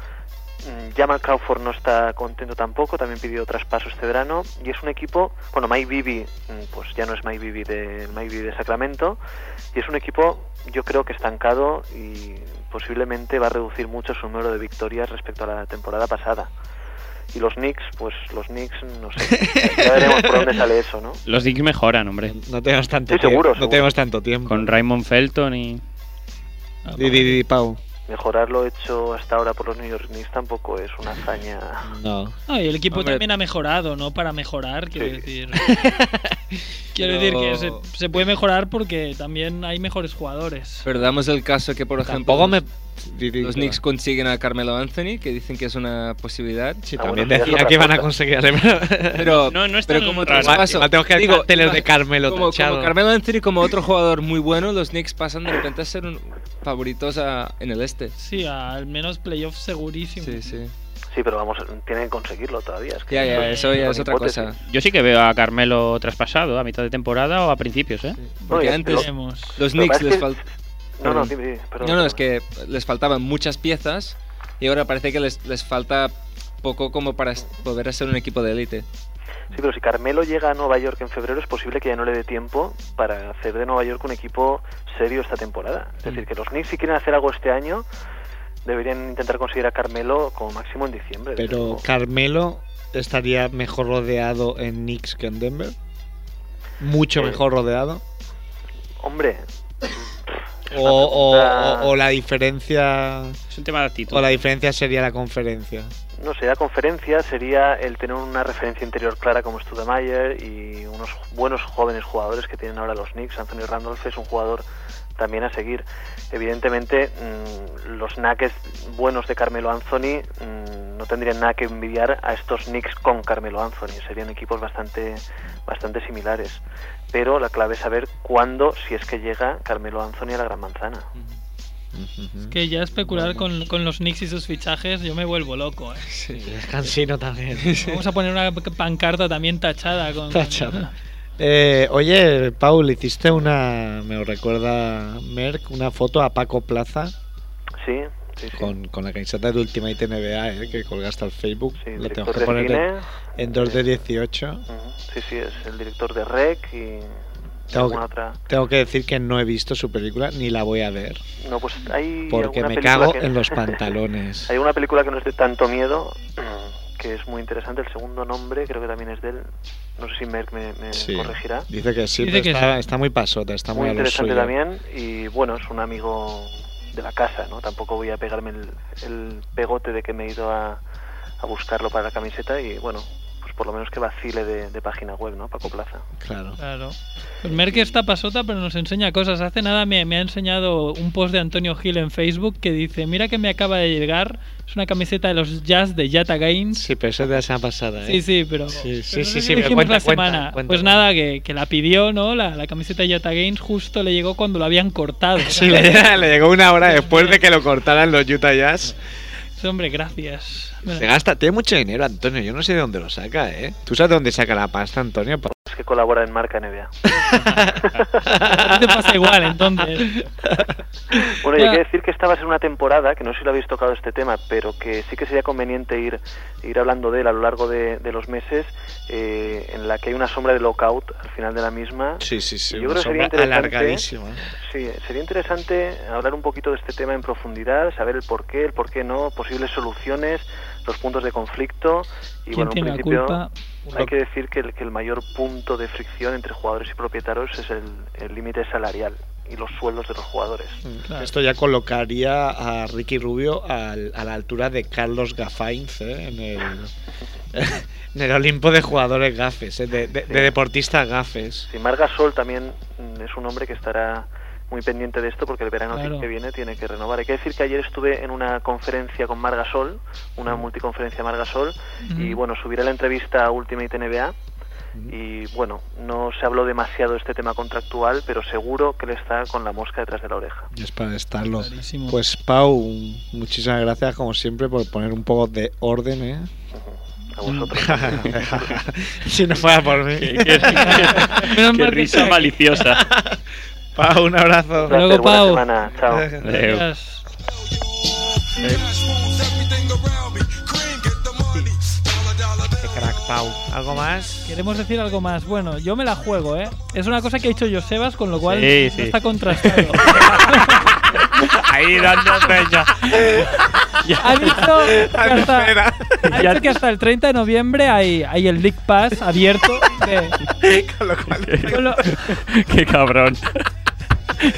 S9: Mm, Jamal Crawford no está contento tampoco, también pidió traspaso este verano y es un equipo, bueno, Mike Bibby, mm, pues ya no es Mike Bibby de, Mike Bibby de Sacramento y es un equipo yo creo que estancado y posiblemente va a reducir mucho su número de victorias respecto a la temporada pasada. Y los Knicks, pues los Knicks, no sé, ya veremos por dónde sale eso, ¿no?
S10: Los Knicks mejoran, hombre.
S6: No tenemos tanto
S9: Sí,
S6: tiempo.
S9: seguro,
S6: no
S9: seguro.
S6: tenemos tanto tiempo.
S10: Con Raymond Felton y...
S21: Ah,
S6: Di, di, di, Pau.
S9: Mejorar lo hecho hasta ahora por los New York Knicks tampoco es una hazaña.
S6: No.
S21: No, y el equipo
S10: Hombre.
S21: también ha mejorado, ¿no? Para mejorar, quiero decir. quiero
S15: Pero-
S21: decir que se, se puede mejorar porque también hay mejores jugadores.
S15: Pero damos el caso que, por ejemplo,
S6: Tampoco me.
S15: los Knicks
S9: Ah,
S15: consiguen a Carmelo Anthony, que dicen que es una posibilidad.
S6: Sí,
S9: Ah,
S6: también
S9: bueno, sí, es
S6: decía
S9: otra
S6: que iban a
S9: cosa.
S6: conseguir. Pero,
S15: Pero,
S10: No, no es
S15: pero
S10: tan
S15: como
S10: raro.
S15: traspaso.
S6: tengo que
S15: digo,
S6: carteles de Carmelo
S15: como,
S6: tachado.
S15: como Carmelo Anthony, como otro jugador muy bueno, los Knicks pasan de repente a ser un- favoritos a- en el este.
S21: pues, Sí, al menos playoff segurísimo.
S15: Sí, sí.
S9: Sí, pero vamos, tienen que conseguirlo todavía. Es que
S15: Ya, ya, eso ya
S9: son
S15: es otra
S9: hipótesis.
S15: cosa.
S10: Yo sí que veo a Carmelo traspasado a mitad de temporada o a principios, ¿eh?
S15: Porque
S9: No, y-
S15: antes
S21: Veremos.
S15: los
S9: Lo que
S15: Knicks
S9: pasa es
S15: les
S9: que-
S15: faltaba.
S9: No, no,
S15: Perdón.
S9: dime, dime, perdón,
S15: No, no, es
S9: perdón.
S15: que les faltaban muchas piezas y ahora parece que les, les falta poco como para es- poder ser un equipo de élite.
S9: Sí, pero si Carmelo llega a Nueva York en febrero, es posible que ya no le dé tiempo para hacer de Nueva York un equipo serio esta temporada. Es
S15: Mm.
S9: decir, que los Knicks, si quieren hacer algo este año, deberían intentar conseguir a Carmelo como máximo en diciembre. desde
S6: Pero
S9: luego.
S6: Carmelo estaría mejor rodeado en Knicks que en Denver. Mucho
S9: Eh,
S6: mejor rodeado.
S9: Hombre,
S6: O, o-
S9: pregunta-
S6: o- o la diferencia.
S10: Es un tema de actitud.
S6: O la diferencia sería la conferencia.
S9: no sé, a conferencia sería el tener una referencia interior clara como Studemayer y unos buenos jóvenes jugadores que tienen ahora los Knicks. Anthony Randolph es un jugador también a seguir. Evidentemente, mm, los Knuckles buenos de Carmelo Anthony mm, no tendrían nada que envidiar a estos Knicks con Carmelo Anthony. Serían equipos bastante, bastante similares. Pero la clave es saber cuándo, si es que llega Carmelo Anthony a la Gran Manzana.
S6: Mm.
S10: Es que ya especular con, con los Knicks y sus fichajes, yo me vuelvo loco. ¿eh?
S6: Es cansino también.
S10: Vamos a poner una pancarta también tachada. Con,
S6: Tachada. Eh, oye, Paul, hiciste una, me lo recuerda Merck, una foto a Paco Plaza
S9: Sí, sí, sí.
S6: con, con la camiseta de Ultimate NBA eh, que colgaste al Facebook.
S9: Sí,
S6: la
S9: director
S6: tengo que
S9: de
S6: poner en,
S9: cine.
S6: en 2 de 18.
S9: Ujú. Sí, sí, es el director de Rec y
S6: Tengo que,
S9: alguna otra.
S6: tengo que decir que no he visto su película ni la voy a ver
S9: No, pues hay
S6: porque
S9: alguna
S6: me
S9: película
S6: cago
S9: que-
S6: en los pantalones.
S9: Hay una película que nos dé tanto miedo que es muy interesante. El segundo nombre creo que también es del. No sé si Merck me, me
S6: Sí.
S9: corregirá.
S6: Dice que sí,
S10: Dice
S6: pero
S10: que
S6: está,
S10: sí.
S6: está muy pasota, está muy,
S9: muy
S6: a lo
S9: interesante
S6: suyo.
S9: también. Y bueno, es un amigo de la casa, ¿no? Tampoco voy a pegarme el, el pegote de que me he ido a, a buscarlo para la camiseta y bueno. pues Por lo menos que vacile de, de página web, ¿no? Paco Plaza.
S6: Claro.
S10: Claro. Pues Merck está pasota, pero nos enseña cosas. Hace nada me, me ha enseñado un post de Antonio Gil en Facebook que dice: Mira que me acaba de llegar. Es una camiseta de los Jazz de Yata Gaines.
S6: Sí, pero eso es de la semana pasada.
S10: Sí,
S6: ¿eh?
S10: sí, pero.
S6: Sí, sí,
S10: pero
S6: sí,
S10: no sé
S6: sí,
S10: si
S6: pero
S10: dijimos
S6: cuenta,
S10: la
S6: cuenta,
S10: semana.
S6: cuenta.
S10: pues nada, que, que la pidió, ¿no? La, la camiseta de Yata Gaines justo le llegó cuando lo habían cortado.
S6: Sí, le, le llegó una hora después de que lo cortaran los Utah Jazz.
S10: Sí, Hombre, gracias. Me la-
S6: Se gasta, tiene mucho dinero, Antonio. Yo no sé de dónde lo saca, ¿eh? ¿Tú sabes de dónde saca la pasta, Antonio? Pa-
S9: Es que colabora en Marca NBA.
S10: A ti te pasa igual, entonces.
S9: Bueno, y hay
S10: Ya.
S9: que decir que esta va a ser una temporada, que no sé si lo habéis tocado este tema, pero que sí que sería conveniente ir, ir hablando de él a lo largo de, de los meses, eh, en la que hay una sombra de lockout al final de la misma.
S6: Sí, sí, sí.
S9: Yo
S6: una
S9: creo que sería
S6: sombra
S9: interesante-
S6: alargadísima.
S9: Sí, sería interesante hablar un poquito de este tema en profundidad, saber el por qué, el por qué no, posibles soluciones, los puntos de conflicto. Y
S10: ¿Quién
S9: bueno, en
S10: tiene la
S9: principio
S10: culpa?
S9: hay que decir que el, que el mayor punto de fricción entre jugadores y propietarios es el el límite salarial y los sueldos de los jugadores.
S10: Claro.
S6: Esto ya colocaría a Ricky Rubio al- a la altura de Carlos Gafainz, ¿eh? En el, en el Olimpo de jugadores gafes, ¿eh? de, de- de deportistas gafes.
S9: Sí, Marga Sol también mm, es un hombre que estará muy pendiente de esto porque el verano
S10: Claro.
S9: que viene tiene que renovar. Hay que decir que ayer estuve en una conferencia con Marga Sol, una multiconferencia Marga Sol, y
S10: Ujú.
S9: bueno, subiré la entrevista a Ultimate NBA. Y bueno, no se habló demasiado de este tema contractual, pero seguro que él está con la mosca detrás de la oreja.
S6: Es para estarlo.
S10: Clarísimo.
S6: Pues Pau, muchísimas gracias como siempre por poner un poco de orden, ¿eh?
S9: A vosotros.
S6: si no fuera por mí.
S7: Qué, qué-
S10: Menos
S7: qué
S10: mal que
S7: risa
S10: está aquí.
S7: maliciosa.
S6: Pau, un abrazo.
S9: Un placer,
S10: luego,
S9: buena
S10: Pau.
S9: semana. Chao.
S7: Adeu.
S10: Gracias.
S7: Eh.
S6: Qué crack, Pau. ¿Algo más?
S10: Queremos decir algo más. Bueno, yo me la juego, ¿eh? Es una cosa que ha dicho Josebas, con lo cual
S7: Sí,
S10: no
S7: sí.
S10: está contrastado.
S7: Ahí dando peña.
S10: ha dicho que hasta,
S6: Espera.
S10: ha dicho que hasta el 30 de noviembre hay, hay el League Pass abierto. de-
S6: Con lo cual-
S10: con lo-
S7: Qué cabrón.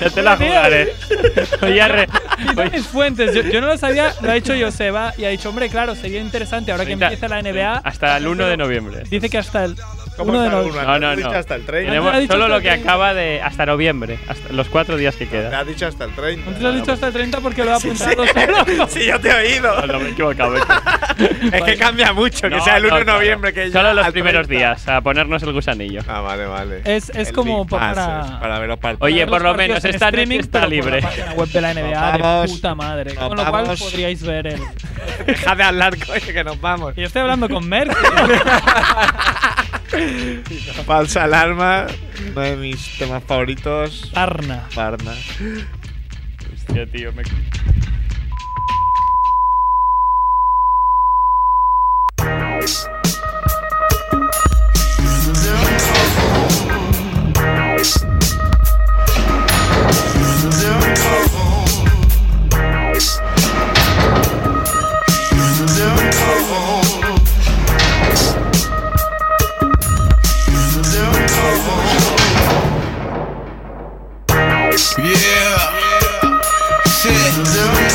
S7: Ya te la
S10: Joder.
S7: jugaré. Voy a re- voy-
S10: mis fuentes, yo, yo no lo sabía, lo ha dicho Joseba y ha dicho, hombre, claro, sería interesante ahora que
S7: Treinta-
S10: empieza la NBA.
S7: Hasta el 1 de noviembre.
S10: Dice que hasta el
S22: ¿Cómo
S10: 1 de
S22: está el
S10: noviembre.
S22: uno?
S7: No, no,
S22: Has dicho
S7: no.
S22: hasta el 30.
S10: Antes ha
S7: Tenemos
S10: dicho
S7: solo lo
S10: hasta
S7: que
S10: el treinta.
S7: acaba de. hasta noviembre. Hasta los cuatro días que
S22: Me
S7: quedan.
S22: has dicho hasta el 30.
S10: Antes lo has dicho hasta el 30 porque lo ha apuntado solo.
S6: Sí, yo te he oído.
S7: Pues No, no, me he equivocado.
S6: Es que cambia mucho que sea el 1 de noviembre que ya
S7: Solo los
S6: al
S7: primeros
S6: 30.
S7: días, a ponernos el gusanillo.
S22: Ah, vale, vale.
S10: Es, es como
S6: Pases,
S10: para...
S6: eh, para ver los partidos.
S7: Oye, por lo
S10: Los partidos
S7: menos
S10: en
S7: esta noche
S10: streaming,
S7: está
S10: pero por
S7: libre.
S10: La página web de la NBA de
S6: vamos.
S10: puta madre.
S6: Nos
S10: Con lo cual
S6: vamos.
S10: podríais ver el. Y
S6: Deja de hablar, coño, que nos vamos.
S10: yo estoy hablando con Merck.
S6: Falsa alarma, uno de mis temas favoritos.
S10: Arna.
S6: Barna.
S7: Hostia, tío, me-
S15: Yeah. Shit.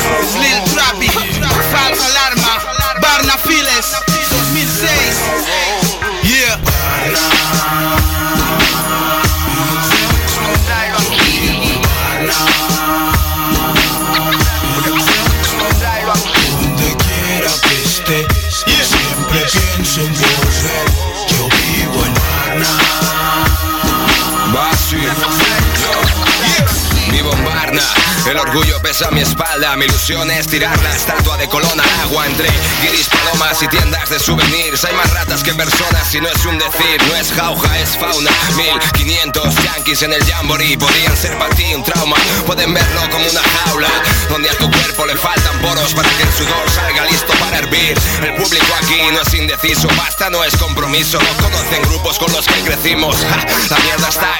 S15: El orgullo pesa mi espalda, mi ilusión es tirar la estatua de Colón al agua entre guiris, palomas y tiendas de souvenirs. Hay más ratas que personas y no es un decir, no es jauja, es fauna. 1500 yankees en el jamboree podrían ser para ti un trauma. Pueden verlo como una jaula donde a tu cuerpo le faltan poros para que el sudor salga listo para hervir. El público aquí no es indeciso, basta, no es compromiso. No conocen grupos con los que crecimos. Ja, la mierda está